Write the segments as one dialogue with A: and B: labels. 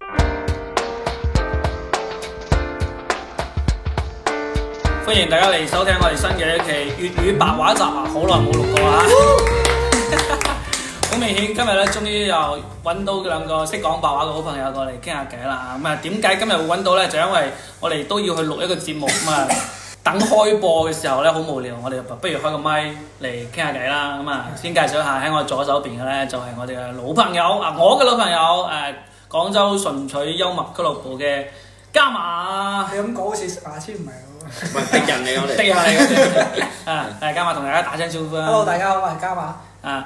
A: 歡迎大家嚟收聽我哋新嘅一期粵語白話集啊！好耐冇錄過啦，好明顯今日咧，終於又揾到兩個識講白話嘅好朋友過嚟傾下偈啦。咁啊，點解今日會揾到咧？就因為我哋都要去錄一個節目咁啊。 等開播嘅時候咧，好無聊，我哋不如開個麥嚟傾下偈啦。咁啊，先介紹一下喺我左手邊嘅咧，就係、我哋嘅老朋友啊，我嘅老朋友誒、廣州純粹幽默俱樂部嘅加馬。
B: 你啊咁講好似食牙籤唔係
A: 啊
B: 喎。
C: 唔係敵人嚟我哋。
A: 的啊，你嗰啲啊，誒加馬同大家打聲招呼
B: Hello，
A: 啊！
B: 大家好，我係加馬。
A: 啊誒，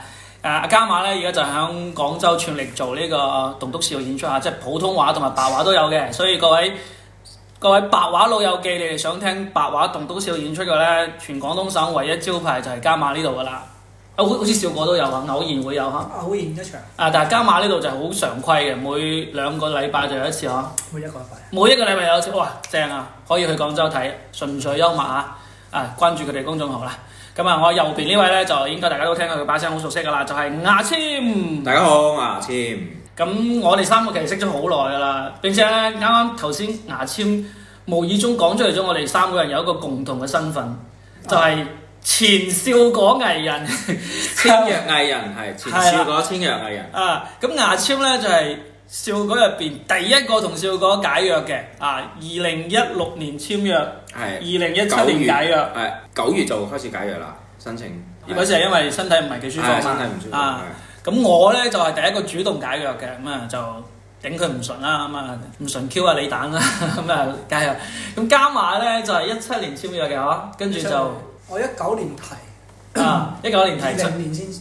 A: 阿加馬咧而家就喺廣州全力做呢個棟篤笑演出啊，即係普通話同埋白話都有嘅，所以各位各位白話老友記，你哋想聽白話棟篤笑演出嘅咧，全廣東省唯一招牌就係加馬呢度噶啦。啊，好好似笑果都有啊，偶然會有嚇。
B: 偶然一場，
A: 啊，但係加馬呢度就好常規嘅，每兩個禮拜就有一次啊嚇。
B: 每一個禮拜。
A: 每一個禮拜有一次，哇正啊！可以去廣州睇，純粹幽默啊！啊，關注佢哋公眾號啦。咁啊，我右邊呢位咧就應該大家都聽過佢把聲好熟悉噶啦，就係、牙籤。
C: 大家好，我牙籤。
A: 咁我哋三個其實識咗好耐噶啦，並且咧啱啱頭先牙籤無意中講出嚟咗，我哋三個人有一個共同嘅身份，就係、前笑果藝人。
C: 簽約藝人係前少嗰簽約藝人，
A: 啊，咁牙籤咧就係、笑果入邊第一個同笑果解約嘅啊，二零一六年簽約。二
C: 係
A: 零一七
C: 九月
A: 年解約，
C: 係九月就開始解約啦，申請。
A: 啊嗰時係因為身體唔係幾舒服
C: 係身
A: 嘛
C: 體唔舒服。
A: 啊，
C: 係
A: 咁我咧就係第一個主動解約嘅，咁啊就頂佢唔順啦，咁啊唔順 Q 啊李蛋啦， 咁啊解約。咁加埋咧就係一七年簽約嘅嗬，跟住就
B: 我一九年提，
A: 啊一九年
B: 二
A: 提出。
B: 零年先解。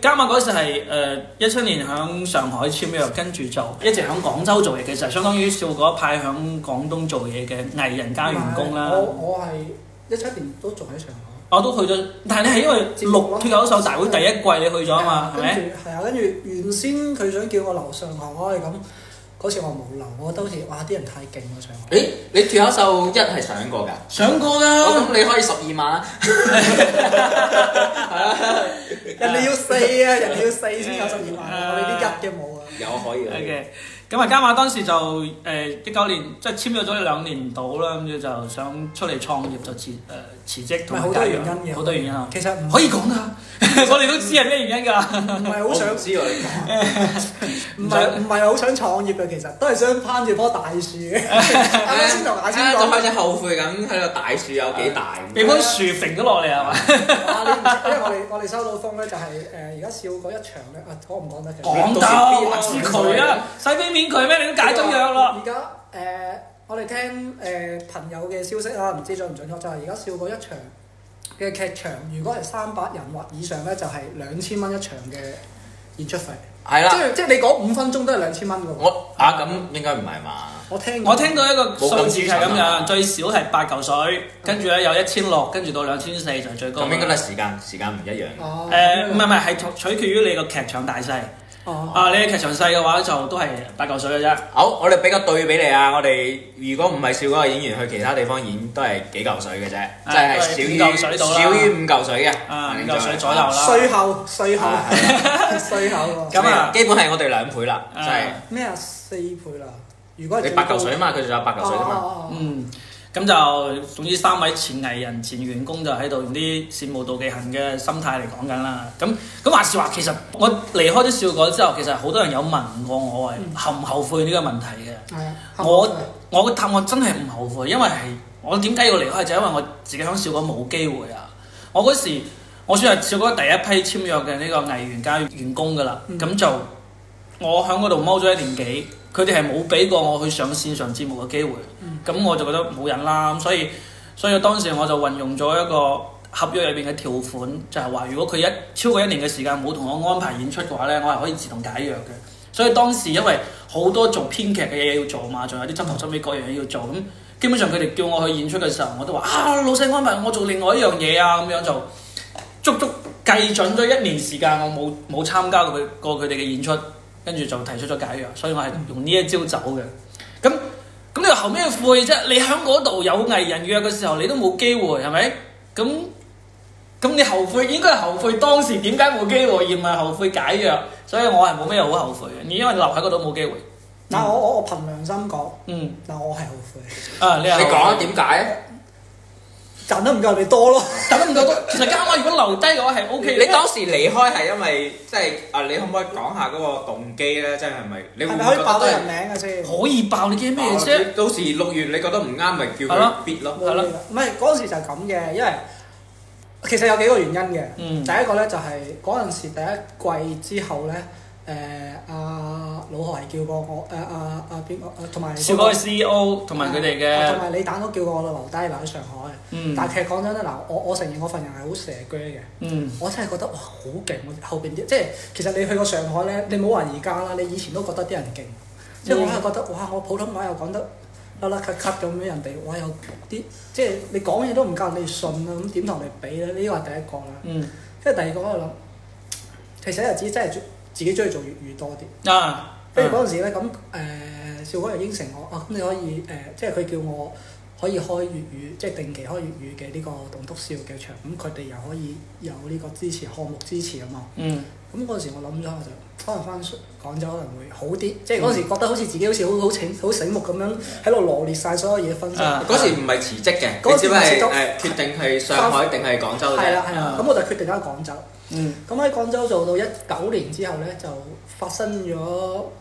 A: 加埋嗰時係誒一七年喺上海簽約，跟住就一直喺廣州做嘢，其實相當於笑果派喺廣東做嘢嘅藝人加員工啦。
B: 我我係一七年都做喺上海。
A: 我都去咗，但係你係因為六脱口秀大會第一季你去咗啊嘛，係
B: 跟
A: 咪？
B: 住係啊，跟住原先佢想叫我留上海咁，嗰次我冇留，我覺得好似哇啲人太勁 啦上海。
D: 誒，你脱口秀一係上過㗎，
A: 上過
D: 哦
A: 㗎，
D: 咁你可以十二萬，
B: 人哋要四啊，人哋要四先有十二 萬，
A: 啊
B: 我哋啲一嘅冇啊。
C: 有可以嘅。
A: 嘅。咁啊，加馬當時就誒一九年，即係簽約咗兩年到啦，咁就想出嚟創業就辭誒、呃辭職
B: 唔
A: 同
B: 係
A: 埋
B: 好多
A: 解
B: 原
A: 約
B: 因嘅，
A: 好多原因啊，
B: 其實唔
A: 可以講㗎，我哋都知係咩原因㗎。
B: 唔係啊
C: 我
B: 好想
C: 唔知喎，你講
B: 唔係唔係好想創業嘅，啊其實都係想攀住棵大樹嘅。啱啱先同牙
C: 啊
B: 籤
D: 就開
B: 講，
D: 始後悔咁喺度大樹有幾大
A: 俾棵樹揈咗落嚟係嘛？
B: 啊你唔知因為我哋我哋收到風咧，就係誒呃而家笑嗰一場咧，啊講唔講得嘅？
A: 講得話事佢啊，使俾面佢咩？你都解咗約啦。
B: 而家誒我哋聽誒朋友嘅消息啊啦，唔知準唔準確，就係而家笑嗰一場嘅劇場，如果係三百人或以上咧，就係兩千蚊一場嘅演出費。
D: 係
B: 即
D: 啦，
B: 係即係你講五分鐘都係兩千蚊嘅喎。
D: 我啊咁應該唔係嘛？
B: 我聽過
A: 我聽到一個數字
D: 冇咁
A: 係咁
D: 資產
A: 樣，
D: 啊
A: 最少係八嚿水，跟住咧有一千六，跟住到兩千四就係最高。
D: 咁應該都係時間時間唔一樣。
B: 哦
A: 誒唔係唔係，係取取決於你個劇場大細。
B: 哦
A: 啊，你嘅劇場細嘅話就都係八嚿水嘅啫。
D: 好，我哋俾個對比你啊！我哋如果唔係笑嗰個演員去其他地方演，都係幾嚿水嘅啫，即係
A: 啊都係
D: 少於
A: 五嚿水到啦
D: 少於五嚿水嘅，
A: 啊，五
D: 反正就係
A: 嚿水左右啦。
B: 税後税後
D: 啊
B: 税後喎。
A: 咁啊
D: 基本係我哋兩倍啦，
A: 啊
D: 即係
B: 咩啊？四倍啦！如果係
D: 你
B: 最
D: 八
B: 高
D: 嚿水嘛，佢仲有八嚿水噶嘛。
B: 哦哦哦
A: 嗯，咁就總之三位前藝人、前員工就喺度用啲羨慕妒忌恨嘅心態嚟講緊啦。咁咁話時話，其實我離開咗笑果之後，其實好多人有問過我係後唔後悔呢個問題嘅。
B: 哦係啊，
A: 我我嘅答案真係唔後悔，因為係我點解要離開就係因為我自己喺笑果冇機會啊！我嗰時我算係笑果第一批簽約嘅呢個藝員加員工㗎啦，咁、就我喺嗰度踎咗一年幾，佢哋係冇俾過我去上線上節目嘅機會，咁、我就覺得冇癮啦，咁所以所以當時我就運用咗一個。合約入邊嘅條款就係話，如果佢一超過一年嘅時間冇同我安排演出嘅話呢，我係可以自動解約嘅。所以當時因為好多做編劇嘅嘢要做嘛，仲有啲執頭執尾各樣嘢要做，咁基本上佢哋叫我去演出嘅時候，我都話啊老細安排我做另外一樣嘢啊，咁樣就足足計準咗一年時間，我冇冇參加過佢過佢哋嘅演出，跟住就提出咗解約，所以我係用呢一招走嘅。咁咁你話後尾悔啫？你喺嗰度有藝人約嘅時候，你都冇機會係咪？咁咁你後悔應該係後悔當時點解冇機會，而唔係後悔解約。所以我係冇咩好後悔嘅。你因為留喺嗰度冇機會。
B: 但我我我憑良心講，
A: 嗯
B: 嗱我係後悔，
A: 啊，你
D: 你
A: 係
D: 講啊點解啊？
B: 賺得唔夠人哋多咯。
A: 但都唔夠多。其實啱啱如果留低嘅話係 O K。
D: 你當時離開係因為即係啊，你可唔可以講下嗰個動機咧？即係係咪你會
B: 係
D: 唔
B: 咪
D: 會
B: 可
D: 覺
B: 以
D: 得
B: 爆
D: 都
B: 到
D: 係
B: 人名嘅先？
A: 可以爆你驚咩啫？
D: 到時錄完你覺得唔啱，咪叫
A: 係咯
D: 佢 bit 咯。
A: 係咯
B: 唔係嗰陣時就係咁嘅，因為其實有幾個原因嘅。
A: 嗯
B: 第一個咧就係嗰陣時第一季之後咧，誒阿老何係叫過我，誒阿阿邊個，呃同埋
A: 小哥嘅 C E O 同埋佢哋
B: 啊同
A: 嘅，
B: 埋李蛋都叫過我留低留喺上海。
A: 嗯
B: 但係其實講真咧，嗱，我我承認我份人係好蛇居嘅。
A: 嗯，
B: 我真係覺得哇好勁！我後邊啲即係其實你去過上海咧，你冇話而家啦，你以前都覺得啲人勁，即係我係覺得哇，我普通話又講得甩甩咳咳咁樣，人哋哇有啲即係你講嘢都唔夠人哋信啦，咁點同你比咧？呢個係第一個啦，
A: 嗯
B: 跟住第二個我喺度諗，其實有自己真係中自己中意做粵語多啲。
A: 啊，
B: 跟住嗰陣時咧，咁誒、少哥又應承我，啊咁你可以誒、即係佢叫我可以開粵語，即係定期開粵語嘅呢個棟篤笑嘅場，咁佢哋又可以有呢個支持項目支持啊嘛。
A: 嗯
B: 咁嗰陣時我諗咗，我就可能翻廣州可能會好啲，即係嗰陣時覺得好似自己好似好好醒好醒目咁樣喺度羅列晒所有嘢分析。
A: 啊
D: 嗰時唔係辭職嘅，
B: 嗰
D: 你
B: 時
D: 只
B: 唔
D: 不
B: 係
D: 過係
B: 辭職
D: 誒決定係上海定係廣州
B: 係
D: 啫。
B: 啦係啦
A: 啊，
B: 咁我就決定咗喺廣州。
A: 嗯
B: 咁喺廣州做到一九年之後咧，就發生咗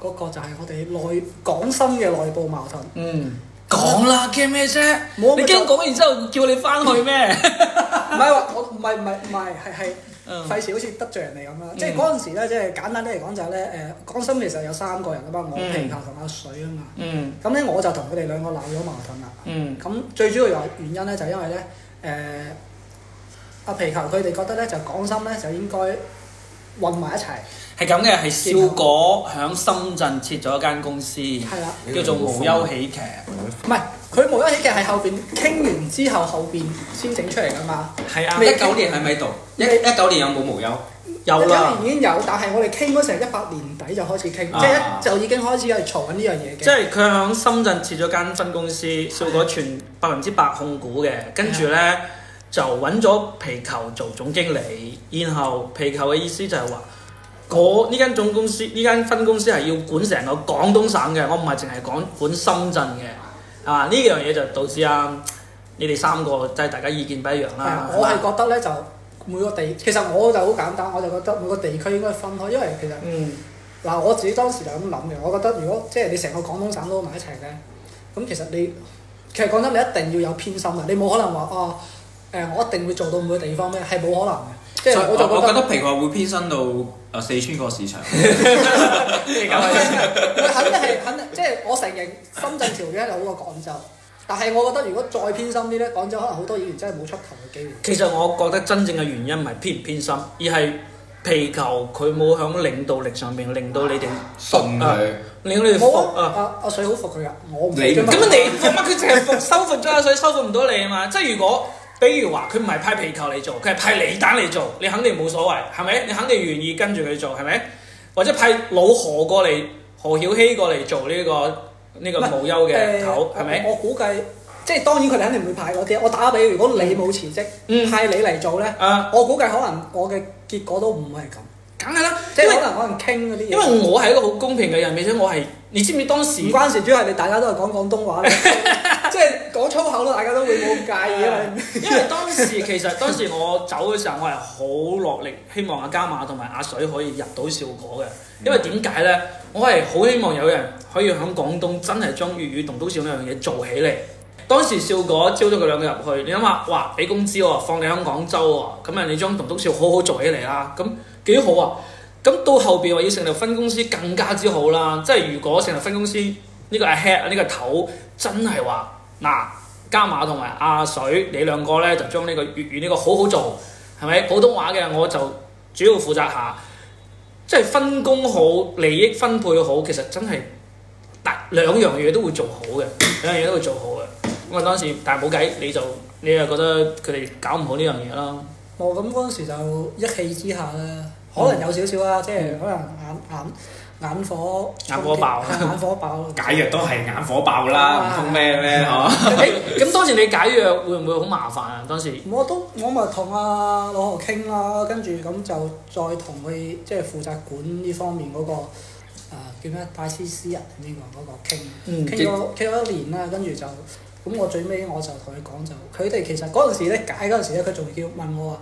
B: 嗰個就係我哋內港深嘅內部矛盾。
A: 嗯，講啦，驚咩啫？
B: 冇
A: 你驚講完之後叫你翻去咩？
B: 唔係話我唔係唔係唔係係係
A: 嗯
B: 費事好似得罪人哋咁啦。
A: 嗯
B: 即係嗰陣時咧，即係簡單啲嚟講就係咧誒，港深其實有三個人啊嘛，我
A: 嗯
B: 皮球同阿水啊嘛。
A: 嗯
B: 咁咧我就同佢哋兩個鬧咗矛盾啦。
A: 嗯
B: 咁最主要原因咧就係因為咧誒阿皮球佢哋覺得咧就港深咧就應該混埋一齊，
A: 係咁嘅，係燒果響深圳設咗一間公司，
B: 係啦。
A: 叫做無憂喜劇。
B: 唔係佢無一喜劇係後邊傾完之後後邊先整出嚟㗎嘛。
A: 係啊，
D: 一九年係咪度？一一九年有冇無憂？
A: 有啦
B: 一九。年已經有，但係我哋傾嗰時係一八年底就開始傾，
A: 啊
B: 即係一就已經開始係嘈緊呢樣嘢嘅。
A: 即係佢喺深圳設咗間分公司，笑果全百分之百控股嘅，跟住呢，就揾咗皮球做總經理，然後皮球嘅意思就係話，我呢間總公司呢間分公司係要管成個廣東省嘅，我唔係淨係講管深圳嘅，啊呢樣嘢就導致啊你哋三個即係大家意見不一樣
B: 係啊
A: 啦，
B: 我係覺得咧就每個地，其實我就好簡單，我就覺得每個地區應該分開，因為其實
A: 嗯
B: 嗱我自己當時就咁諗嘅，我覺得如果即係你成個廣東省都埋一齊咧，咁其實你其實講真，你一定要有偏心啊，你冇可能話哦誒，我一定會做到每個地方咩，係冇可能嘅。即係
D: 所以
B: 我就
D: 我
B: 覺
D: 覺
B: 得
D: 得皮球會偏身到
C: 呃
D: 啊四川個市場。
B: 佢肯定係肯定，即係我承認深圳條件係好過廣州，但係我覺得如果再偏心啲咧，廣州可能好多議員真係冇出頭嘅機會。
A: 其實我覺得真正嘅原因唔係偏唔偏心，而係皮球佢冇響領導力上面令到你哋
D: 信佢。
A: 令到你哋服
B: 冇
A: 啊
B: 啊！。阿阿水好服佢噶，我唔服
D: 你
B: 啫嘛
A: 咁你服乜？佢淨係服收服咗阿水，收服唔到你啊嘛！即係如果，比如話佢唔係派皮球嚟做，佢係派李丹嚟做，你肯定冇所謂，係咪？你肯定願意跟住佢做，係咪？或者派老何過嚟，何曉希過嚟做呢、個呢、個無憂嘅頭，係咪
B: 誒？我我估計，即係當然佢哋肯定唔會派嗰啲。我打比，如果你冇辭職，
A: 嗯
B: 派你嚟做咧，
A: 啊，
B: 我估計可能我嘅結果都唔係咁，
A: 梗係啦，
B: 即
A: 因
B: 係
A: 為
B: 可能可能傾嗰啲嘢。
A: 因為我係一個好公平嘅人，而且我係你知唔知當時
B: 唔關事，主要係你大家都係講廣 東話咧，即係講粗口咯，大家都會冇咁介意啊嘛。
A: 因為當時其實當時我走嘅時候，我係好落力，希望阿加馬同埋阿水可以入到笑果嘅。因為點解呢？我係好希望有人可以喺廣東真係將粵語棟篤笑呢樣嘢做起嚟。當時笑果招咗佢兩個入去，你諗下，哇！俾工資喎、放你喺廣州喎、咁啊你將棟篤笑好好做起嚟啦，咁幾好啊！咁到後邊話要成立分公司更加之好啦，即係如果成立分公司呢、個阿 head 呢個頭真係話嗱。加馬同埋阿水，你兩個咧就將呢個粵語呢個好好做，係咪？普通話嘅我就主要負責下，即係分工好、利益分配好，其實真係大兩樣嘢都會做好嘅，兩樣嘢都會做好嘅。咁啊當時，但係冇計，你就你又覺得佢哋搞唔好呢樣嘢 啦。
B: 我哦咁嗰陣時就一氣之下啦，可能有少少啦，即係可能眼眼眼火
A: 嗯眼火爆
B: 係眼火 爆咯。
D: 解藥都係眼火爆啦，唔
A: 啊
D: 通咩咩嚇？
A: 你咁當時你解約會唔會好麻煩啊？當時
B: 我都我咪同阿老何傾啦，跟住咁就再同佢即係負責管呢方面嗰、個啊叫咩大師私人呢、個嗰、個傾
A: 嗯
B: 傾咗傾咗一年啦，跟住就咁我最尾我就同佢講就，佢哋其實嗰陣時咧解嗰陣時咧，佢仲叫問我話，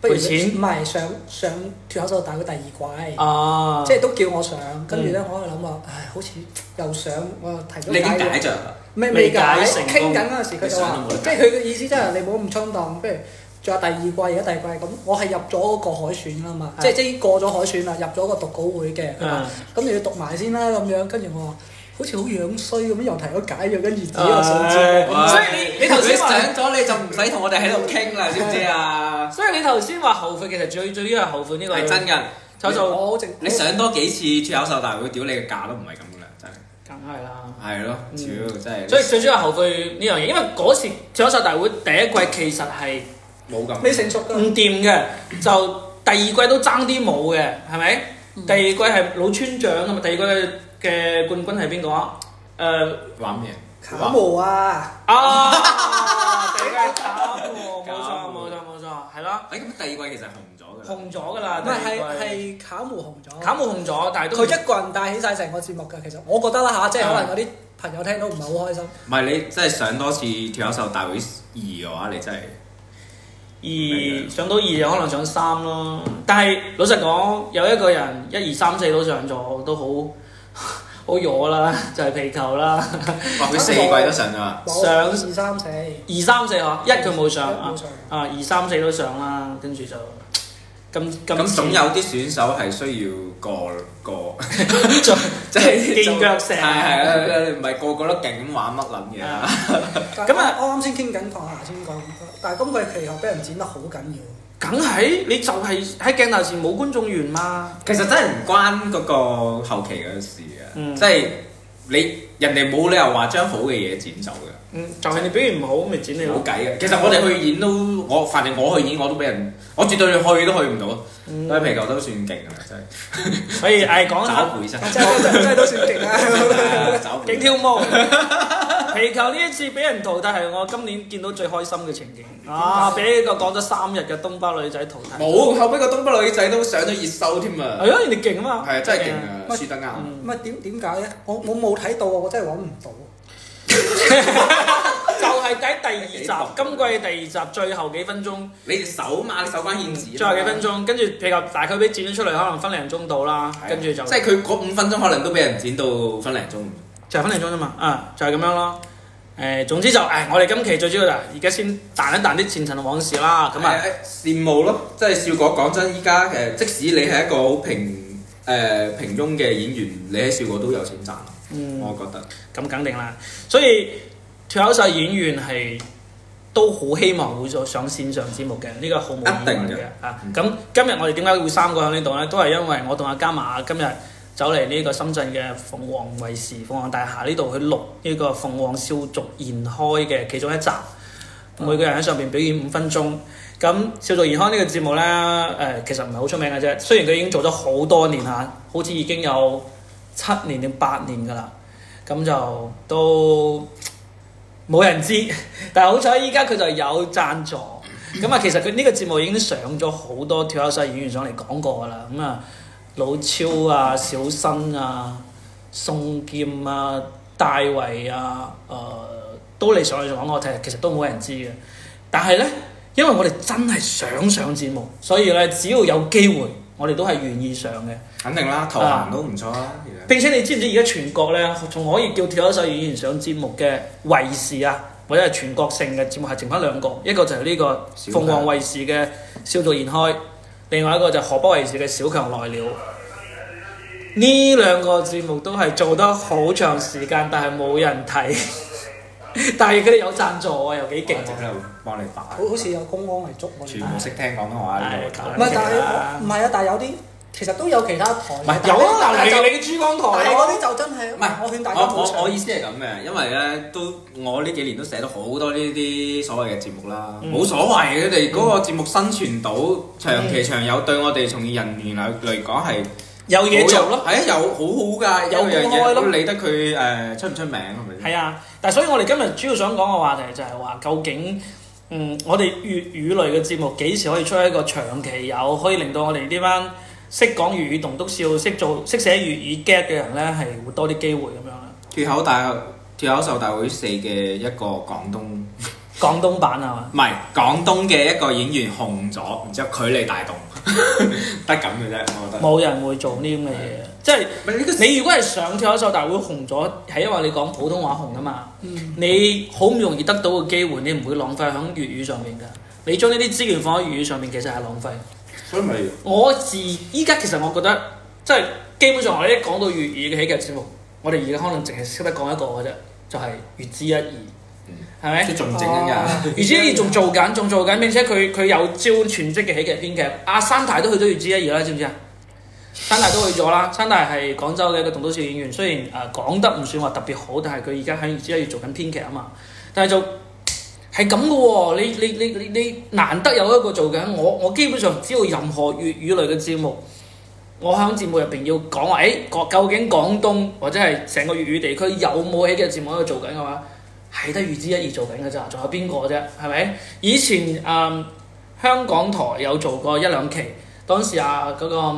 B: 不如你
A: 賠錢
B: 唔係上上脱口秀大會第二季，
A: 啊，
B: 即係都叫我上，跟住咧
A: 嗯
B: 我喺度諗話，唉，好似又上，我又提
C: 你
B: 咗
C: 已經
B: 解
C: 解
B: 咗
C: 着啦，
B: 未
A: 未
B: 未
A: 解
B: 解
A: 成功
B: 傾緊嗰陣時，佢就
C: 你上
B: 話
C: 都冇得，
B: 即係佢嘅意思即係你冇咁衝動，不如仲有第二季，而家第二季咁，我係入咗嗰個海選啦嘛，
A: 係
B: 即係即係過咗海選啦，入咗個讀稿會嘅，
A: 啊
B: 佢話咁你要讀埋先啦咁樣，跟住我話好似好樣衰咁樣，又提咗解約，跟住指
C: 啊
B: 個數字。
A: 唉啊所以你你頭先
C: 上
A: 話
C: 咗你就唔使同我哋喺度傾啦，知唔知 啊？
A: 所以你頭先話後悔，其實最最緊要係後悔呢個
C: 係真㗎，
A: 就就
B: 我好正，
C: 你上多幾次脱口秀大會，屌你個價都唔係咁㗎啦，真係。
A: 梗係啦。
C: 係咯，屌真係。
A: 嗯所以最主要係後悔呢樣嘢，因為嗰時左手大會第一季其實係
C: 冇咁
B: 你成熟
A: 唔
B: 㗎，
A: 掂嘅，就第二季都爭啲冇嘅，係咪？第二季係老村長啊嘛，第二季嘅嘅冠軍係邊個啊？誒、
C: 玩嘢。
B: 卡模啊，
A: 啊！第二季係搞喎冇錯冇錯冇錯，係啦，
C: 哎誒咁第二季其實紅咗㗎啦。
A: 紅咗㗎啦，
B: 唔
A: 第
B: 係係
A: 二季。
B: 係卡模紅咗。
A: 搞冇紅咗，但係都
B: 佢一個人帶起晒成個節目㗎，其實我覺得啦吓，即係可能有啲朋友聽到唔係好開心。
C: 唔係你真係上多次脱口秀大會二嘅話，你真係
A: 二上到二有可能上三咯，但係老實講，有一個人一二三四都上咗，都好好 咗啦，就係、皮球啦。
C: 哇！佢四季都上咗啊！
B: 冇
A: 上
B: 二三四，
A: 二三四嗬，一佢冇上啊
B: 冇上
A: 啊，二三四都上啦，跟住就咁
C: 咁
A: 咁
C: 總有啲選手係需要過過，
A: 即係墊腳石
C: 係係啊！你唔係個個都勁咁玩乜撚嘢啊？
A: 咁
B: 咁
A: 啊
B: 啊，我啱先傾緊放下先講，但係今季皮球俾人剪得好緊要，
A: 梗係你就係喺鏡頭前冇觀眾緣嘛，
C: 其實真係唔關嗰個後期嘅事嘅，
A: 嗯
C: 即係你人哋冇理由話將好嘅嘢剪走嘅，
A: 嗯，就係你表現唔好咪剪你
C: 冇
A: 咯，
C: 計嘅。其實我哋去演都，我反正我去演我都俾人，我絕對去都去唔到，
A: 嗯
C: 所以皮球都算勁㗎啦，真係
A: 所以唉講
C: 找
A: 下
C: 回身，啊
B: 真係真係真係都算 勁 啦。
C: 找回
A: 勁跳 舞，皮球呢一次俾人淘汰係我今年見到最開心嘅情景啊！俾一個講咗三日嘅東北女仔淘汰，
C: 冇後尾個東北女仔都上咗熱搜添啊！
A: 係啊，人哋勁啊嘛，
C: 係啊，真係勁啊，輸得啱。
B: 唔係點點解咧？我我冇睇到啊，我真係揾唔到。
A: 就係喺第二集，今季第二集最後幾分鐘，
C: 你手嘛，你手關牽指啊嘛。
A: 最後幾分鐘，跟住皮球大概俾剪咗出嚟，可能分零鐘到啦
C: 係啊，，
A: 跟住就
C: 即係佢嗰五分鐘可能都俾人剪到分零鐘。
A: 就係分零鐘啫嘛，啊，就係咁樣咯。誒，總之就誒，我哋今期最主要就係而家先彈一彈啲前塵往事啦，咁啊，
C: 誒羨慕咯，即係笑果講真，依家誒即使你係一個好平誒、平庸嘅演員，你喺笑果都有錢賺，
A: 嗯。
C: 我覺得。
A: 咁肯定啦。所以脱口秀演員係都好希望會做上線上節目嘅，呢、個毫無疑問
C: 一定
A: 嘅
C: 嘅
A: 啊。
C: 嗯
A: 咁、今日我哋點解會三個喺呢度呢？都係因為我同阿加馬今日走嚟呢個深圳嘅鳳凰衛視鳳凰大廈呢度去錄呢個鳳凰笑逐言開嘅其中一集，每個人喺上邊表演五分鐘。咁《笑逐言開》呢個節目呢，誒、其實唔係好出名嘅啫。雖然佢已經做咗好多年嚇，好似已經有七年定八年㗎啦。咁就都冇人知， 但係好彩依家佢就有贊助。咁啊，其實佢呢個節目已經上咗好多脱口秀演員上嚟講過㗎啦。咁啊，老超啊、小新啊、宋劍啊、戴維啊、誒、都嚟上嚟講我睇，其實都冇人知嘅。但係咧，因為我哋真係想上節目，所以咧只要有機會，我哋都係願意上嘅。
C: 肯定啦，頭
A: 啊
C: 銜都唔錯啦。其實
A: 並且你知唔知而家全國咧，仲可以叫脱口秀演員上節目嘅衛視啊，或者係全國性嘅節目係剩翻兩個，一個就係呢個
C: 小
A: 鳳凰衛視嘅《笑逐言開》，另外一個就係河北衛視嘅《小強來了》。呢兩個節目都係做得好長時間，但係冇人睇， 但係佢哋有贊助喎，又幾勁
C: 我
A: 喎！
C: 喺度幫你打，
B: 好好似有公安嚟捉我哋
C: 全部
B: 打。
C: 識聽廣東話呢
A: 唉
C: 度打
B: 唔係，但係
A: 啊
B: 我唔係啊，但係有啲其實都有其他台嘅。但係
A: 有啊，
B: 但係就
A: 嗱，你嘅珠江
B: 但係
A: 台啊
B: 嗰
A: 咯
B: 啲就真係
C: 唔係
B: 我勸大家
C: 我
B: 冇
C: 我我
B: 上。
C: 意思係咁嘅，因為咧都我呢幾年都寫咗好多呢啲所謂嘅節目啦，
A: 嗯
C: 冇、所謂佢哋嗰個節目生存到長期長有，對我哋從業人員嚟嚟講係。
A: 有
C: 有
A: 嘢做咯。，
C: 係啊，有好好㗎，
A: 有
C: 有樣
A: 公開
C: 嘢
A: 咯
C: 都理得佢誒出唔出名係咪？
A: 係啊，但係所以我哋今日主要想講嘅話題就係話，究竟嗯我哋粵語類嘅節目幾時可以出一個長期有，可以令到我哋呢班識講粵語、棟篤笑、識做、識寫粵語 get 嘅人咧，係會多啲機會咁樣啦。
C: 脱口大脱口秀大會四嘅一個廣東，唔
A: 廣東版啊嘛，
C: 係廣東嘅一個演員紅咗，然之後佢嚟大動， 得咁嘅啫，我覺得。
A: 冇人會做呢咁嘅嘢，即係。
C: 唔係呢個
A: 你如果係上脱口秀大會紅咗，係因為你講普通話紅噶啊嘛，你好唔容易得到嘅機會，你唔會浪費喺粵語上面㗎。你將呢啲資源放喺粵語上面，其實係浪費。
C: 所以咪
A: 我自依家其實我覺得，即係基本上我哋一講到粵語嘅喜劇節目，我哋而家可能淨係識得講一個嘅啫，就係、粵知一二，係咪
C: 即？係仲整緊 㗎。
A: 粵知一二仲做緊，仲做緊，並且佢佢有招全職嘅喜劇編劇。阿山大都去咗粵知一二啦，知唔知啊？山大都去咗啦，山大係廣州嘅一個棟篤笑演員，雖然誒、呃、講得唔算話特別好，但係佢而家喺粵知一二做緊編劇啊嘛。但係就係咁嘅喎，你你你你你難得有一個做緊，我我基本上只要任何粵語類嘅節目，我喺節目入邊要講話，誒、講究竟廣東或者係成個粵語地區有冇喜劇節目喺度做緊嘅話，係得預知一二做緊嘅咋，仲有邊個啫？係咪？以前誒、嗯香港台有做過一兩期，當時啊嗰、個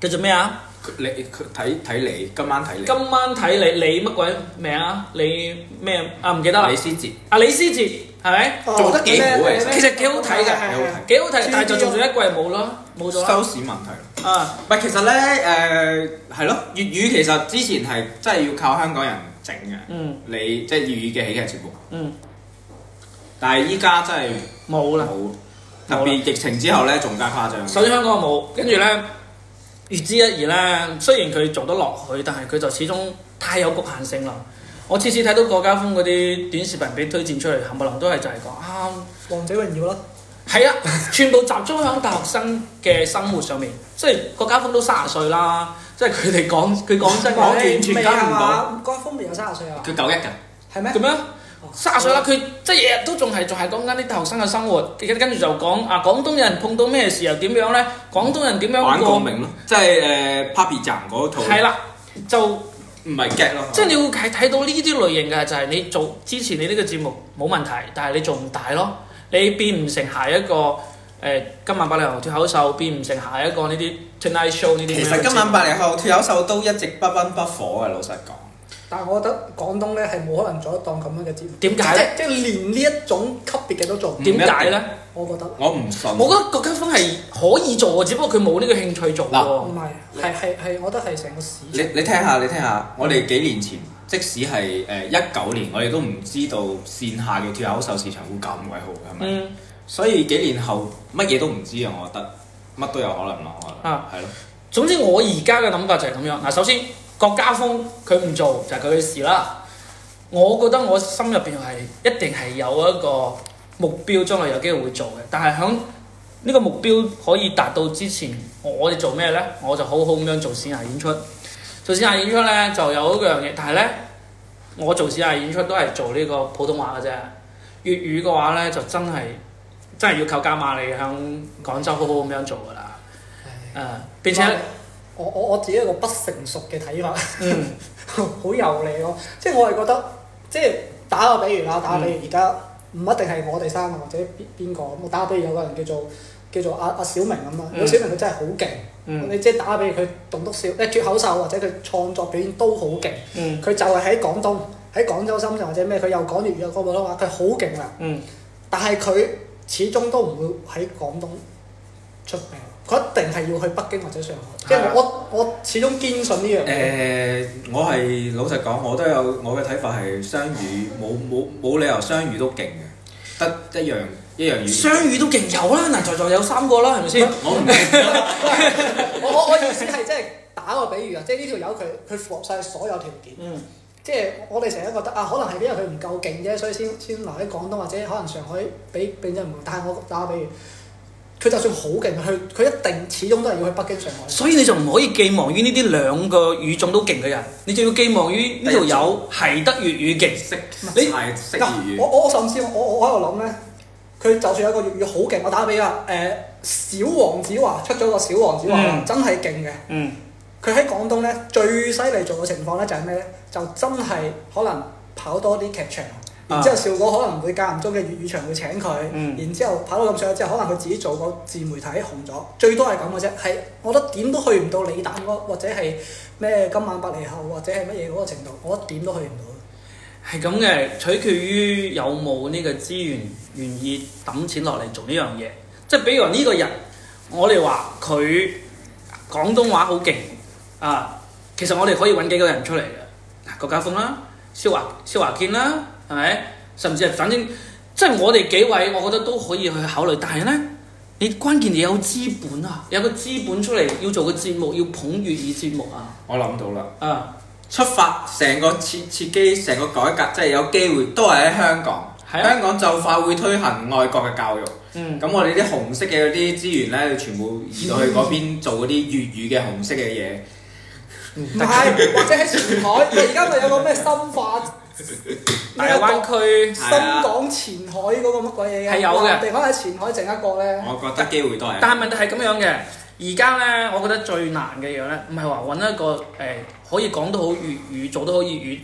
A: 叫做咩啊？
C: 佢你佢睇睇你，今晚睇你，
A: 今晚睇你你乜鬼名啊？你咩啊？唔記得啦
C: 李。思捷
A: 啊，李思捷係咪？
C: 做
B: 哦
C: 得幾好嘅
B: 咩
A: 其實幾好睇嘅
B: 係係係係
A: 幾好睇，但係就做咗一季冇啦，冇咗啦。
C: 收視問題。
A: 啊，
C: 唔係，其實咧誒係咯，粵語其實之前係真係要靠香港人整嘅，
A: 嗯
C: 你即係粵語嘅喜劇節目。
A: 嗯，
C: 但係依家真係
A: 冇啦。
C: 冇，特別疫情之後咧，仲加誇張。
A: 首先香港冇，跟住咧，粵之一二咧，雖然佢做得落去，但係佢就始終太有局限性啦。我次次睇到郭家峰嗰啲短視頻俾推薦出嚟，冚唪唥都係就係講啊，
B: 王者榮耀啦，
A: 係啊，全部集中喺大學生嘅生活上面。雖然郭家峰都三十歲啦，即係佢哋講佢講真話
C: 我完全跟唔到
B: 未啊嘛。嗰一封未有三十歲啊？
C: 佢九一㗎，
B: 係咩
A: 咁？樣。
B: 哦
A: 卅歲啦，佢即係日日都仲係仲係講緊啲大學生嘅生活，跟跟住就講啊廣東人碰到咩事又點樣咧？廣東人點樣
C: 玩共
A: 過？
C: 鳴咯，即係誒 Papi 站嗰套，
A: 係啦，就
C: 唔係 get 咯。
A: 即係你會睇睇到呢啲類型嘅，就係你做之前你呢個節目冇問題，但係你做唔大咯，你變唔成下一個誒、呃今晚百里行脱口秀，變唔成下一個呢啲 Tonight Show 呢啲咁樣嘅節目。
C: 其實今晚八零後脱口秀都一直不温不火嘅，老實講。
B: 但係我覺得廣東咧係冇可能做得當咁樣嘅節目。
A: 點解咧
B: 即係即係連呢一種級別嘅都做唔到，
A: 點解咧？
B: 我覺得
C: 我唔信。
A: 我覺得郭家峰係可以做嘅，只不過佢冇呢個興趣做
C: 嗱
A: 喎
B: 唔。係係係係，我覺得係成個市場
C: 你你聽下，你聽下，我哋幾年前，即使係誒一九年，我哋都唔知道線下嘅脱口秀市場會咁鬼好嘅，係咪？
A: 嗯。
C: 所以幾年後乜嘢都唔知啊，我覺得乜都有可能咯，我覺得
A: 啊
C: 係咯。
A: 總之我而家嘅諗法就係咁樣。嗱，首先郭家峰佢唔做就係佢嘅事啦。我覺得我心入邊係一定係有一個目標，將來有機會會做嘅。但係響呢個目標可以達到之前，我哋做咩呢？我就好好咁樣做線下演出。做線下演出呢，就有嗰樣嘢，但係呢，我做線下演出都係做呢個普通話嘅啫。粵語嘅話呢，就真係真係要靠加馬利向廣州好好咁樣做㗎啦。誒、並且。
B: 我我我自己有個不成熟嘅睇法，
A: 嗯
B: 好油膩咯。即係我係覺得，即係打個比喻
A: 嗯
B: 啦，打個比喻而家唔一定係我哋三個或者邊邊個咁。我打個比喻有個人叫做叫做阿阿小明咁啊，
A: 嗯
B: 如果小明佢真係好勁，
A: 嗯
B: 你即係打個比喻佢棟篤笑、誒脱口秀或者佢創作表演都好勁，
A: 嗯
B: 佢就係喺廣東、喺廣州、深圳或者咩，佢又講粵語又講普通話，佢好勁啦。
A: 嗯
B: 但係佢始終都唔會喺廣東出名，佢一定係要去北京或者上海。即
A: 係啊
B: 係我我始終堅信呢樣
C: 誒、
B: 嘢。
C: 我係老實講，我都有我嘅睇法係雙語，冇冇冇理由雙語都勁嘅，得一樣一樣語言。
A: 雙語都勁有啦，嗱在座有三個啦，係咪先？
C: 我唔明，
B: 我我我意思係即係打個比喻啊，即係呢條友佢佢符合晒所有條件。
A: 嗯
B: 即係我哋成日覺得啊，可能係因為佢唔夠勁啫，所以先先留喺廣東或者可能上海俾俾人唔會。但係我打個比喻，佢就算好勁，佢佢一定始終都係要去北京、上海。
A: 所以你就唔可以寄望於呢啲兩個語種都勁嘅人，你就要寄望於呢度有係得粵語勁。
C: 識
A: 你
C: 你係識粵
B: 嗱，
C: 語，
B: 我我甚至我我我喺度諗咧，佢就算有一個粵語好勁，我打比啦，誒、小王子華出咗個小王子華啦，
A: 嗯
B: 真係勁嘅。
A: 嗯
B: 佢喺廣東咧最犀利做嘅情況咧就係咩咧？就真係可能跑多啲劇場，然之後笑果可能會間唔中嘅粵語場會請佢，
A: 啊嗯
B: 然之後跑到咁上下之後，可能佢自己做個自媒體紅咗，最多係咁嘅啫。係我覺得點都去唔到李誕嗰個或者係咩今晚八零後或者係乜嘢嗰個程度，我覺得點都去唔到。
A: 係咁嘅，取決於有冇呢個資源願意抌錢落嚟做呢樣嘢。即係比如話呢個人，我哋話佢廣東話好勁啊，其實我哋可以揾幾個人出嚟嘅，嗱郭家峰啦、蕭華蕭華堅啦，係咪？甚至係反正即係我哋幾位，我覺得都可以去考慮。但係呢，你關鍵你有資本啊，有個資本出嚟要做個節目，要捧粵語節目啊，
C: 我諗到啦。
A: 啊
C: 出發成個設設機，成個改革，即係有機會都係喺香港。
A: 係啊
C: 香港就快會推行愛國嘅教育，
A: 嗯。
C: 咁我哋啲紅色嘅嗰啲資源咧，全部移到去嗰邊做嗰啲粵語嘅紅色嘅嘢。
B: 唔係，或者喺前海，而家咪有個咩深化
A: 大灣區
B: 深港前海嗰個乜鬼嘢嘅？
A: 啊
B: 啊
A: 係有嘅
B: 地方喺前海整一個咧，
C: 我覺得機會多係。
A: 但係問題係咁樣嘅，而家咧，我覺得最難嘅嘢咧，唔係話揾一個誒、可以講到好粵語、做到好粵語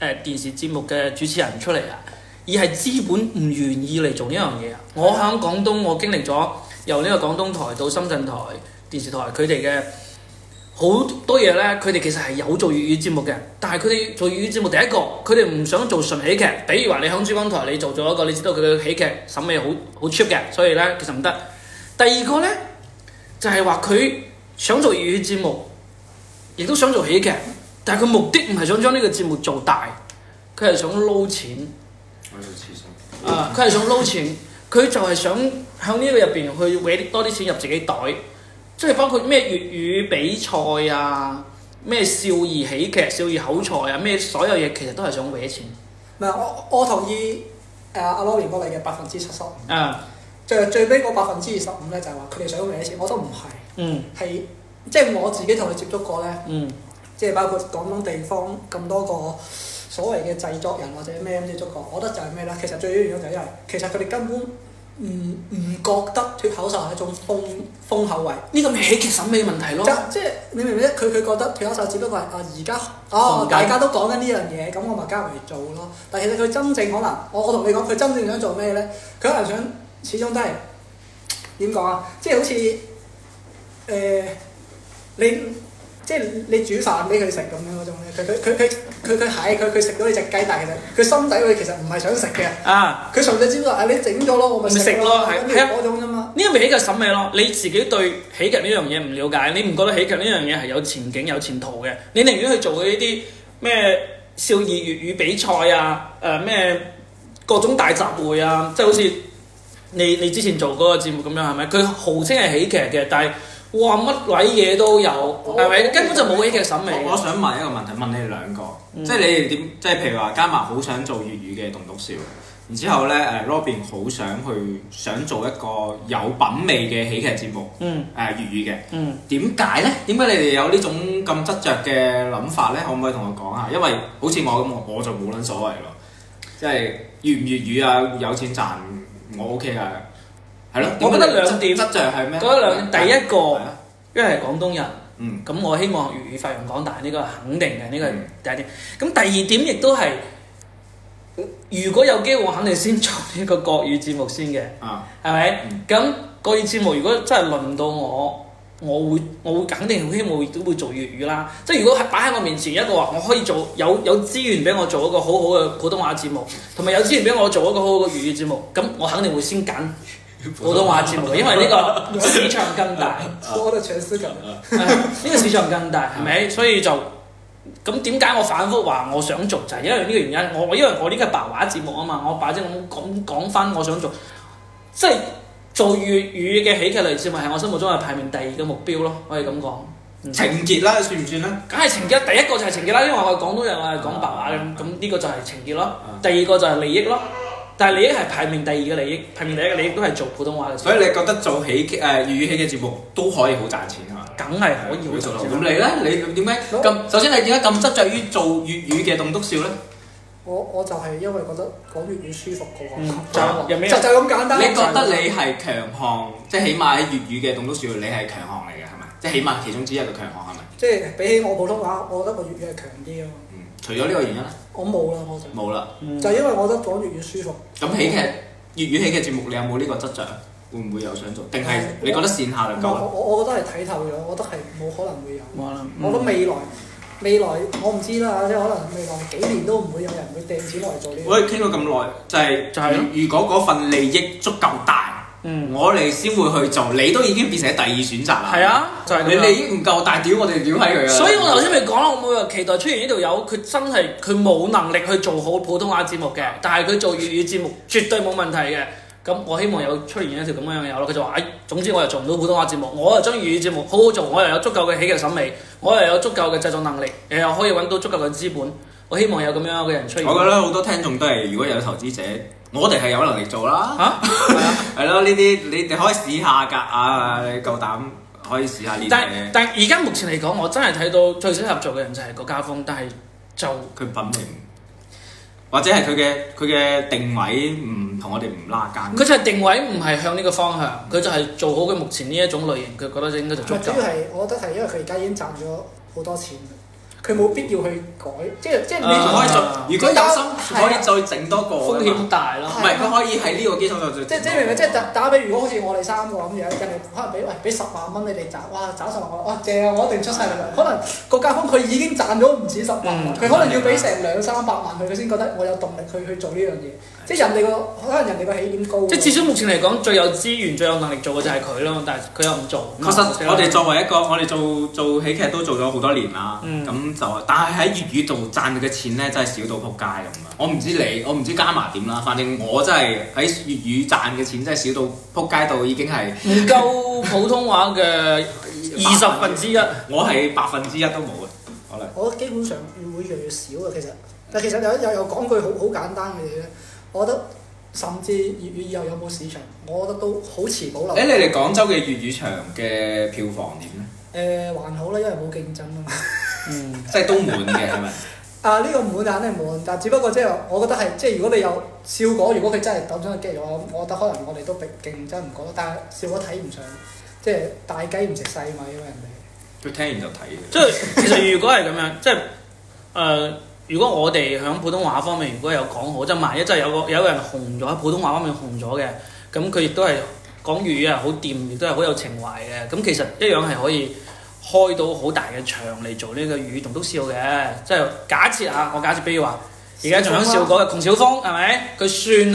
A: 誒、電視節目嘅主持人出嚟啊，而係資本唔願意嚟做呢樣嘢啊！我喺廣東，我經歷咗由呢個廣東台到深圳台電視台，佢哋嘅。好多嘢咧，佢哋其實係有做粵語節目嘅，但係佢哋做粵語節目第一個，佢哋唔想做純喜劇。比如話你喺珠江台你做咗一個，你知道佢嘅喜劇審美好好 cheap 嘅，所以咧其實唔得。第二個咧就係話佢想做粵語節目，亦都想做喜劇，但係佢目的唔係想將呢個節目做大，佢係想撈錢。
C: 我去廁所。
A: 啊，佢係想撈錢，佢就係想喺呢個入邊去搲多啲錢入自己袋，即係包括咩粵語比賽啊，咩少兒喜劇、少兒口才啊，咩所有嘢其實都係想搲錢
B: 唔係我我同意誒阿 l o r i 哥你嘅百分之七十五，
A: 啊，
B: 最最尾嗰百分之二十五咧就係話佢哋想搲錢，我都唔
A: 嗯
B: 係，係即係我自己同佢接觸過咧，
A: 嗯
B: 即係包括廣東地方咁多個所謂嘅製作人或者咩咁接觸過，我覺得就係咩咧？其實最主要就係因為其實佢哋根本唔唔覺得脱口秀係一種風風口位。
A: 呢個咪喜劇審美問題咯，
B: 就即係你明唔明啫？佢佢覺得脱口秀只不過係啊而家
A: 紅
B: 哦
A: 緊
B: 大家都講緊呢樣嘢，咁我咪加入嚟做咯。但其實佢真正可能，我我同你講，佢真正想做咩咧？佢可能想始終都係點講啊？即係好似誒、你。即係你煮飯俾佢食咁樣嗰種咧，佢佢佢佢佢佢係佢佢食到你只雞，但係其實佢心底裏其實唔係想食嘅，
A: 啊。
B: 佢純粹知道啊你整咗咯，我咪
A: 咪食
B: 食
A: 咯
B: 咯，
A: 係
B: 跟住
A: 係啊
B: 嗰種啫嘛。
A: 呢個咪喜劇審美咯，你自己對喜劇呢樣嘢唔了解，你唔覺得喜劇呢樣嘢係有前景有前途嘅？你寧願去做呢啲咩少兒粵語比賽啊，誒、咩各種大集會啊，即係好似你你之前做嗰個節目咁樣係咪？佢號稱係喜劇嘅，但係哇乜鬼嘢都有，係咪？根本就冇喜劇審美嘅。
C: 我我想問一個問題，問你哋兩個，
A: 嗯
C: 即係你哋點？即係譬如話，加埋好想做粵語嘅棟篤笑，然之後咧誒，Robin 好想去想做一個有品味嘅喜劇節目，
A: 嗯
C: 誒粵語嘅。
A: 嗯，
C: 點解呢？點解你哋有呢種咁執着嘅諗法呢？可唔可以同我講下？因為好似我咁，我我就冇撚所謂咯，即係粵唔粵語啊，有錢賺我 OK 啊，係咯。
A: 我覺得
C: 點解你
A: 兩點
C: 執執着係咩？
A: 覺得兩點第一個
C: 係啊
A: 因為係廣東人。
C: 嗯
A: 咁我希望粵語發揚廣大，呢個係肯定嘅，呢
C: 嗯
A: 個係第一點。咁第二點亦都係，如果有機會，我肯定先做呢個國語節目先嘅，
C: 啊
A: 係咪
C: 嗯？
A: 咁、國語節目如果真係輪到我，我會我會肯定希望都會做粵語啦。即係如果係擺喺我面前一個話，我可以做有有資源俾我做一個好好嘅普通話節目，同埋有資源俾我做一個好好嘅粵語節目，咁我肯定會先揀普通話節目，因為呢個市場更大。
B: 我喺度搶思緊。
A: 啊呢個市場更大，係咪？所以就咁點解我反覆話我想做就係、因為呢個原因。我我因為我呢個白話節目啊嘛，我擺正咁講講翻我想做，即係做粵語嘅喜劇類節目係我心目中係排名第二嘅目標咯，可以咁講。
C: 情結啦，算唔算呢？
A: 梗係情結，第一個就係情結啦，因為我係廣東人，我係講白
C: 啊
A: 話嘅，咁咁呢個就係情結咯。第二個就係利益咯，但係利益係排名第二嘅利益，排名第一嘅利益都係做普通話嘅節目，
C: 所以你覺得做喜劇誒呃粵語喜劇節目都可以好賺錢係啊嘛？
A: 梗係可以好啊做
C: 做到。
A: 先
C: 咁
A: 啦
C: 你呢？你點解咁？首先你點解咁執着於做粵語嘅棟篤笑呢？
B: 我我就係因為覺得講粵語舒服過
A: 嗯
B: 講
A: 就有
B: 就
A: 咩
B: 就咁簡單。
C: 你覺得你係強項，即係起碼喺粵語嘅棟篤笑，你係強項嚟嘅係咪？即係起碼其中之一個強項係咪？
B: 即係比起我普通話，我覺得我粵語係強啲咯。
C: 嗯，除咗呢個原因咧，
B: 我冇啦，我就
C: 冇啦。
A: 嗯
B: 就因為我覺得講粵語舒服。
C: 咁喜劇粵語喜劇節目，你有冇呢個執着？會唔會有想做？定係你覺得線下
B: 唔係
C: 就啊夠
B: 我
C: 啦？
A: 嗯
B: 我我覺得係睇透咗，我覺得係冇可能會有。
A: 冇可能
B: 我覺得未來未來我唔知啦，即係可能未來幾年都唔會有人會掟錢落嚟做呢樣。
C: 我哋傾到咁耐，就係、
A: 就係咯
C: 如如果嗰份利益足夠大，
A: 嗯
C: 我哋先會去做。你都已經變成第二選擇啦。
A: 係，啊，就係
C: 你
A: 咁
C: 利
A: 樣。
C: 益唔夠大，屌我哋屌閪佢啊！
A: 所以我頭先咪講啦，我每日期待出現呢條友，佢真係佢冇能力去做好普通話節目嘅，但係佢做粵語節目絕對冇問題嘅。咁我希望有出現一條咁樣嘅友咯，佢就話：，誒、哎總之我又做唔到普通話節目，我又將粵語節目好好做，我又有足夠嘅喜劇審美，我又有足夠嘅製作能力，又又可以揾到足夠嘅資本。我希望有咁樣嘅人出現。
C: 我覺得好多聽眾都係，如果有投資者，我哋係有能力做啦。
A: 嚇係啊
C: 係咯，呢啲你哋可以試下㗎啊！你夠膽可以試下呢啲
A: 但
C: 嘢，
A: 但而家目前嚟講，我真係睇到最適合做嘅人就係郭家峰，但係就
C: 佢品味唔或者係佢嘅佢嘅定位唔同我哋唔拉
A: 佢
C: 更。
A: 就係定位唔係向呢個方向，佢就係做好佢目前呢一種類型，佢覺得應該就足
B: 主
A: 夠
B: 要。係我覺得係因為佢而家已經賺咗好多錢，佢冇必要去改，即係即係
A: 啊
C: 可以
B: 你
C: 做
A: 啊，
C: 如果有
B: 係
C: 心
B: 啊
C: 可以再整多個
A: 風
C: 㗎嘛
A: 險大咯
C: 唔。係佢可以喺呢個基礎上再
B: 即係即係明唔明？即係打打比，如果好似我哋三個咁樣，人哋可能俾喂俾十萬蚊你哋賺，哇賺上我哇正啊！我一定出晒力啦。可能郭家峰佢已經賺咗唔止十萬啦，
A: 嗯
B: 佢可能要俾成兩三百萬佢，佢先覺得我有動力去去做呢樣嘢。即係人哋個可能人哋個起點高啊喎。
A: 嗯即係至少目前嚟講，最有資源、最有能力做嘅就係佢咯，但係佢又唔做。嗯
C: 確實，
A: 啊
C: 我哋作為一個我哋做做喜劇都做咗好多年啦，咁、
A: 嗯
C: 就但係喺粵語度賺嘅錢咧，真係少到撲街咁啊！我唔知你，我唔知加埋點啦，反正我真係喺粵語賺嘅錢真係少到撲街到已經係
A: 唔夠普通話嘅二十分之一。
C: 我係百分之一都冇嘅，啊可能
B: 我基本上會越嚟越少啊，其實。但其實有有有講句好好簡單嘅嘢咧，我覺得甚至粵語以後有冇市場，我覺得都好持保留。
C: 誒
B: 誒、
C: 你哋廣州嘅粵語場嘅票房點咧？
B: 還好啦，因為冇競爭啊嘛。
A: 嗯，
C: 即係都滿嘅係咪？
B: 啊！呢、個唔會肯定冇，但只不過即係我覺得係即係如果你有笑果，如果佢真係抌咗個機落，我我覺得可能我哋都競競爭唔過，但係笑果睇唔上，即係大雞唔食細米啊嘛人哋。
C: 佢聽完就睇
A: 即係其實如果係咁樣，即係誒、呃如果我哋響普通話方面如果有講好，即係萬一真係有個有個人紅咗喺普通話方面紅咗嘅，咁佢亦都係講粵語啊，好掂，亦都係好有情懷嘅。咁其實一樣係可以開到好大嘅場嚟做呢個粵語棟篤笑嘅。即係假設啊，我假設比如話，而家仲響笑果嘅馮小峰係咪？佢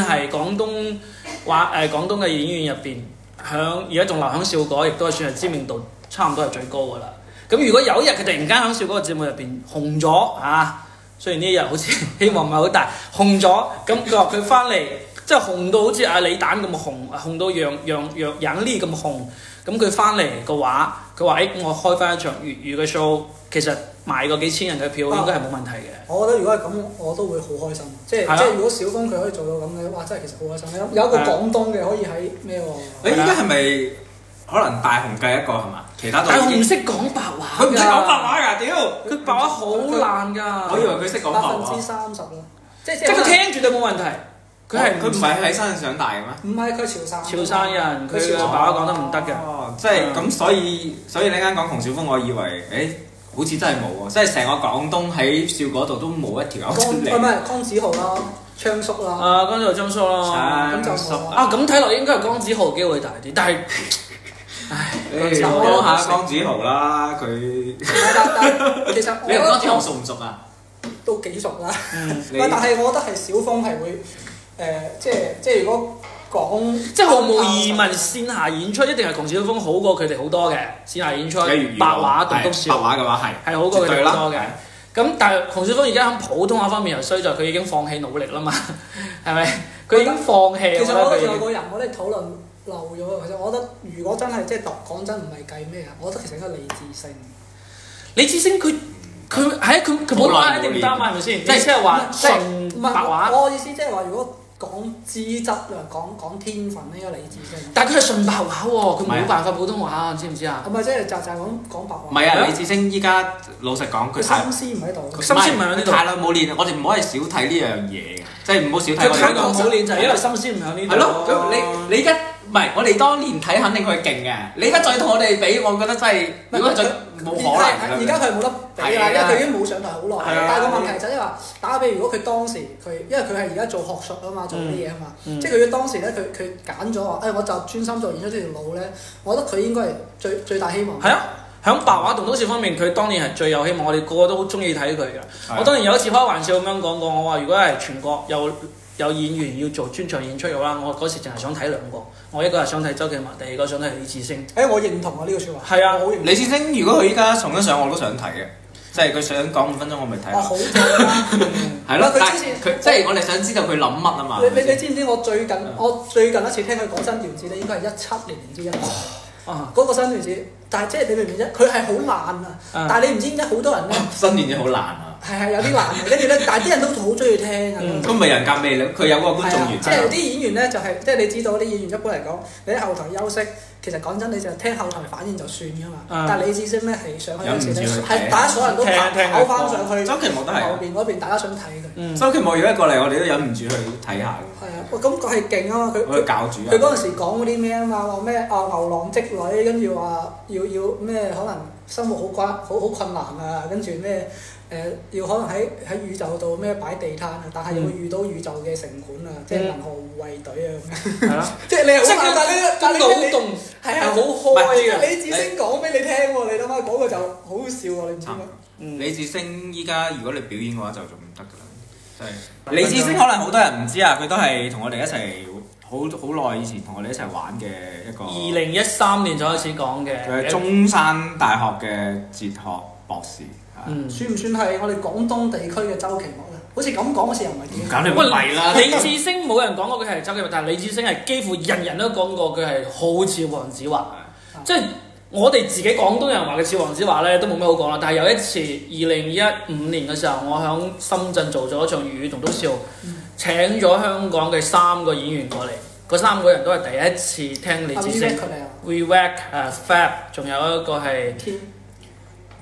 A: 算係廣東話誒、廣東嘅演員入邊，響而家仲留響笑果，亦都係算係知名度差唔多係最高㗎啦。咁如果有一日佢突然間喺笑嗰個節目入邊紅咗啊，雖然呢一日好似希望唔係好大，紅咗，咁佢話佢翻嚟，即係紅到好似阿李誕咁紅，紅到楊楊楊楊呢咁紅，咁佢翻嚟嘅話，佢話誒我開翻一場粵語嘅 show，其實賣個幾千人嘅票應該係冇問題嘅。
B: 我覺得如果係咁，我都會好開心。即
A: 係啊
B: 係即係如果小峰佢可以做到咁嘅，哇！真係其實好開心。有有一個
A: 係啊
B: 廣東嘅可以喺咩喎？
C: 完。誒依家係咪可能大紅計一個係嘛？其他都
A: 但係
C: 已
A: 佢
C: 經
A: 唔識講白話，
C: 佢唔識講白，話㗎，屌！
A: 佢白話好爛㗎。
C: 我以為佢識講白
B: 百
C: 話
B: 分之。三十咯，即係
A: 即係佢
B: 係
A: 聽住都冇問題，哦佢係
C: 佢唔係喺山上大嘅咩？
B: 唔係佢潮
A: 潮
B: 汕。
A: 汕人，佢嘅
B: 潮
A: 白
B: 汕
A: 話講得唔得嘅。
C: 哦，即
A: 嗯
C: 係咁，所以所以你啱講洪小峰，我以為誒、好似真係冇喎，即係成個廣東喺笑嗰度都冇一條友
A: 哦
B: 江
C: 出
B: 唔
C: 嚟。
B: 係江子豪啦，昌 叔啦，
A: 啊，跟住就張叔咯。
C: 慘
B: 咁就
C: 濕
B: 冇
A: 啊，咁睇落應該係江子豪機會大啲，但係哎
C: 誒幫下江子豪啦，佢你
B: 但但 其實我
C: 同江子
B: 覺
C: 豪
B: 得
C: 熟唔熟啊？
B: 都幾熟啦。
A: 嗯，
C: 你
B: 喂但係我覺得係小峰係會誒，即係即係如果講
A: 即係毫無疑問，線下演出一定係窮小峰好過佢哋好多嘅，線下演出
C: 有粵語
A: 白話棟篤
C: 係白
A: 笑
C: 話嘅話
A: 係好過佢
C: 絕對
A: 哋
C: 啦
A: 好多嘅。咁但係窮小峰而家喺普通話方面又衰在佢已經放棄努力啦嘛，係咪？佢已經放棄，
B: 其
A: 我覺
B: 實
A: 得
B: 我
A: 佢
B: 覺
A: 已
B: 得有
A: 經
B: 個人我哋討論漏咗啊。其實我覺得如果真係即係講真唔係計咩啊，我覺得其實應該理智性。
A: 李志星佢佢係佢佢普通話一定唔得啊嘛，係咪先？即係即係話
B: 唔係即係
A: 純
B: 唔
A: 白
B: 係
A: 話，
B: 我我意思即係話，如果講資質啊，講講天分呢個理智性，
A: 但係佢係純白話喎，佢
C: 唔係啊
A: 冇辦法普通話，知唔知啊？
B: 咁咪即係就就係講講白
C: 係，
B: 話。
C: 唔係啊！李志星依家老實講，佢太
B: 佢心思唔喺度。
A: 心思唔係喺呢度
C: 佢太耐冇練，我哋唔可以少睇呢樣嘢嘅，即係唔好少睇
A: 佢
C: 我
A: 太過
C: 哋呢個。
A: 冇練就係因為心思唔喺呢度。
C: 係咯，咁你你而家唔係我哋當年睇肯定佢勁嘅，你而家再同我哋比，我覺得真嗯係如果再冇可能
B: 而家佢冇得比啦，
C: 係
B: 因
C: 啊
B: 為佢已經冇上台好耐
C: 係啊
B: 啦。但係個問題就係話，打比如果佢當時佢，因為佢係而家做學術啊嘛，做啲嘢啊嘛，
A: 嗯嗯
B: 即係佢當時咧，佢哎佢揀咗話，誒我就專心做演出呢條路咧，我覺得佢應該係最最大希望。
A: 係啊，響白話同都市方面，佢當年係最有希望，我哋個個都好中意睇佢嘅。我當年有一次開玩笑咁樣講過，我話如果係全國有有演員要做專場演出嘅話，我嗰時淨係想睇兩個，我一個係想睇周杰文，第二個想睇李志星。
B: 誒，我認同啊呢個説話。
A: 係啊
B: 我好認
C: 李志星如果佢依家重新上，我都想睇嘅，即係佢想講五分鐘，我咪睇
B: 同。我
C: 啦。
B: 好咗
C: 啊
B: 啦。嗯
C: 哦係咯，
B: 佢
C: 但
B: 之前
C: 係佢即係我哋想知道佢諗乜啊嘛。
B: 你
C: 係咪
B: 你你
C: 先
B: 知唔知我最近我最近一次聽佢講新段子咧，應該係一七年唔知一八
A: 啊，
B: 嗰個新段子，但係即係你明唔明啫？佢係好爛啊，
A: 嗯
B: 但係你唔知點解好多人咧
C: 新年嘢好難啊！
B: 係係有啲爛嘅，跟住咧，但係啲人都好中意聽啊。
A: 嗯
C: 佢咪人格魅力，佢有嗰個觀
B: 係
C: 眾
B: 啊，
C: 緣
B: 即係有啲演員咧，就係即係你知道啲演員一般嚟講，你喺後台休息，其實講真，你就聽後台反應就算噶嘛。
A: 嗯
B: 但係李志星咧係上去
C: 啊忍
B: 嗰
C: 唔
B: 時咧，
C: 住去睇
B: 係大家所有人都
A: 聽聽佢
B: 跑翻上去
C: 周奇墨都係
B: 後邊嗰邊，大家想睇佢。
A: 嗯，
C: 周奇墨如果過嚟，我哋都忍唔住去睇下
B: 係啊，喂，咁佢係勁啊嘛！佢
C: 嘅。佢教主
B: 佢
C: 啊，
B: 嗰陣時講嗰啲咩啊嘛，話咩啊牛郎織女，跟住話要要咩可能生活好關好好困難啊，跟住咩誒要可能喺喺宇宙度咩擺地攤啊，但係
C: 嗯
B: 又會遇到宇宙嘅城管啊，即係
A: 嗯
B: 銀河護衛隊啊咁樣。
A: 係啦，
B: 即係你
A: 即
B: 係好
A: 係
B: 但係你但係你
A: 腦洞
B: 係
A: 係
B: 啊，
A: 好開
B: 即係
A: 嘅。
B: 李子星講俾你聽喎，你諗下嗰個就好笑喎，你唔知
C: 啊
B: 咩？
A: 嗯
C: 李志星依家如果你表演嘅話就仲唔得㗎啦，真係。李志星可能好多人唔知啊，佢都係同我哋一齊好好耐以前同我哋一齊玩嘅一個。
A: 二零一三年就開始講
C: 哦佢
A: 嘅，
C: 係中山大學嘅哲學博士。啊
A: 嗯。
B: 算唔算係我哋廣東地區嘅周奇墨咧？好似咁講好似又唔係
C: 唔
B: 幾
C: 搞你
A: 喂
C: 咪嚟啦！
A: 李志星冇人講過佢係周杰倫，但係李志星係幾乎人人都講過佢係好似黃子華，即係我哋自己廣東人話佢似黃子華咧都冇咩好講啦。但係有一次二零一五年嘅時候，我喺深圳做咗一場粵語棟篤笑，
C: 嗯
A: 請咗香港嘅三個演員過嚟，嗰三個人都係第一次聽李
B: 阿
A: 志
B: V
A: 星
B: 佢哋啊，
A: ，WeWack 誒 Fab，仲有一個係
B: 天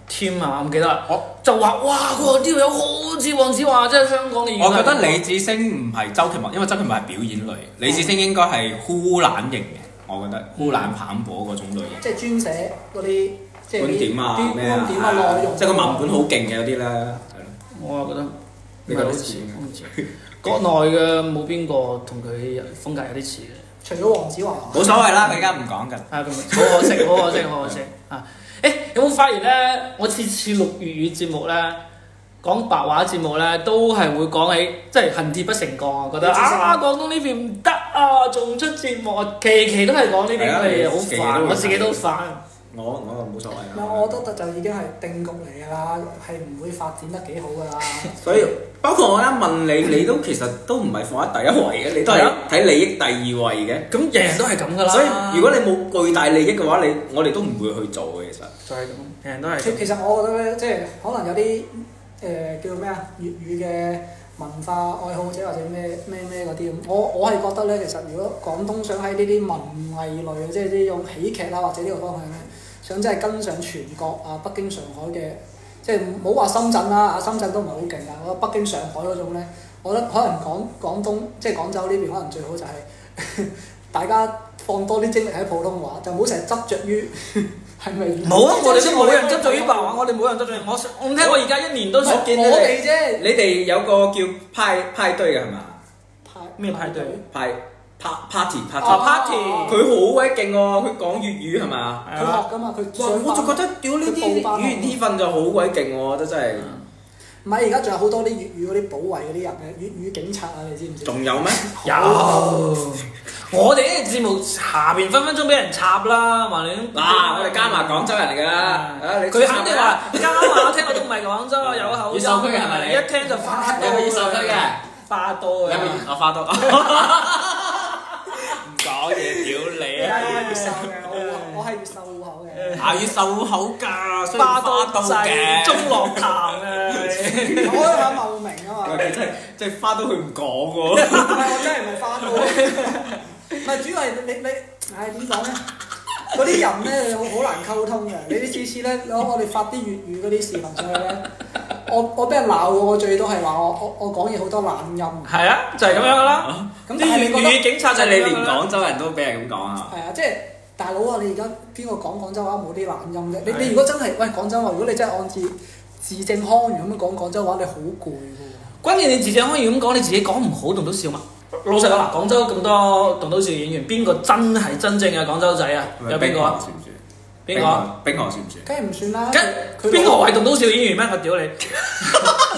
A: Tim 啊，我唔記得啦
C: 我，
A: 就話哇佢呢條友好似黃子華，即係香港嘅演員。
C: 我覺得李志星唔係周奇墨，因為周奇墨係表演類，
B: 哦
C: 李志星應該係呼懶型嘅，我覺
B: 嗯
C: 得呼懶棒火嗰種類型。
B: 即係專寫嗰啲即係啲
C: 觀點啊，
B: 啲
C: 咩啊
B: 觀點啊內容啊，
C: 即係個文本好勁嘅有啲啦，係咯。
A: 我又覺得
C: 你
A: 唔係
C: 覺得
A: 好
C: 似
A: 似，我唔知。國內嘅冇邊個同佢有風格有啲似嘅，
B: 除咗黃子華，
C: 冇所謂啦，佢而家唔講㗎。
A: 啊咁好可惜，好可 惜，好可惜啊！誒，有冇發現咧？我次次錄粵語節目咧，講白話節目咧，都係會講起，即係恨鐵不成鋼啊！覺得
B: 你知唔知
A: 啊，廣東呢邊唔得啊，仲唔出節目啊，期期都係講呢
C: 係
A: 邊
C: 啊
A: 嘅嘢，好
C: 期期都
A: 煩，
C: 會
A: 我自己都
C: 睇
A: 煩。
C: 我我冇所謂
B: 唔係我覺得就已經係定局嚟㗎啦，係唔會發展得幾好㗎啦。
C: 所以包括我啱問 你，你都其實都唔係放喺第一位嘅，你都
A: 係
C: 係
A: 啊
C: 睇利益第二位嘅。
A: 咁人人都係咁噶啦，
C: 所以如果你冇巨大利益嘅話，你我哋都唔會去做嘅。其實
A: 就係咁，人人都係
B: 其
A: 咁。
B: 其實我覺得咧，即係可能有啲誒、呃叫咩啊粵語嘅文化愛好者或者咩咩咩嗰啲咁，我我係覺得咧，其實如果廣東想喺呢啲文藝類，即係呢種喜劇啊啦或者呢個方向咧，想真係跟上全國啊、北京、上海嘅，即係唔好話深圳啦，啊深圳都唔係好勁啊，我覺得北京、上海嗰種咧，我覺得可能廣廣東即係廣州呢邊可能最好就係、 大家放多啲精力喺普通話，就唔好成日執着於 係咪
A: 冇啊！我哋都冇人執著於白話，我哋冇人執著。我我唔聽我而家一年都
C: 我見到
B: 我
C: 你
B: 哋啫，
C: 你哋有個叫派派對嘅係嘛？
B: 派
A: 咩派對？
C: 派派 party
A: 啊
C: party，
A: party，
C: 佢好鬼勁喎！佢講粵語係嘛？
B: 佢
A: 啊
B: 學㗎嘛，佢
C: 哇！
B: 上
C: 我就
B: 班
C: 覺得屌呢啲語言天分就好鬼勁喎，我覺得真
B: 唔係而家仲有好多啲粵語嗰啲保衞嗰啲人咧，粵語警察啊，你知唔知
C: 係。？仲有咩？
A: 有，哦我哋呢個節目下邊分分鐘俾人插啦，話你
C: 嗱，我哋加埋廣州人嚟㗎啦，啊你
A: 佢肯定話加埋，我聽我都唔係廣州，有口音
C: 越秀區係咪你
A: 一聽就花都，
C: 有冇越秀區嘅？
A: 花都
C: 有
A: 啊！
C: 冇我花多？唔講嘢，屌 你
B: 係
C: 啊！
B: 越秀嘅，我我係越秀戶口嘅。
C: 啊要瘦口㗎，雖然
A: 花都
C: 花都
A: 濟
C: 嘅，
A: 中樂壇啊！
B: 我都喺茂名啊嘛，
C: 佢真係真係花都佢唔講喎。
B: 唔係 我真係唔係翻到，唔係主要係你你，唉點講咧？嗰啲人咧好好難溝通嘅，你啲次次咧，我我哋發啲粵語嗰啲視頻上去咧，我我俾人鬧過，我最多係話我我我講嘢好多懶音。
A: 係啊，就係咁樣噶啦。
B: 咁
A: 啲
B: 但係你
A: 粵
B: 覺得
A: 語警察就
C: 就
A: 係
C: 係你
A: 咁
C: 連
A: 樣啦
C: 廣州人都俾人咁講啊！
B: 係啊，即係大佬啊！你而家邊個講廣州話冇啲懶音啫？你你如果真係喂廣州話，如果你真係按字字正腔圓咁樣講廣州話，你好攰㗎
A: 關鍵你自己可以咁講，你自己講唔好，棟篤笑嘛。老實講啦，廣州咁多棟篤笑演員，邊個真係真正嘅廣州仔啊？有邊個啊？
C: 算唔算？
A: 邊個？
C: 冰河算 唔算？
B: 梗係唔算啦。
A: 跟
B: 佢
A: 邊個係啊棟篤笑演員咩？我屌你！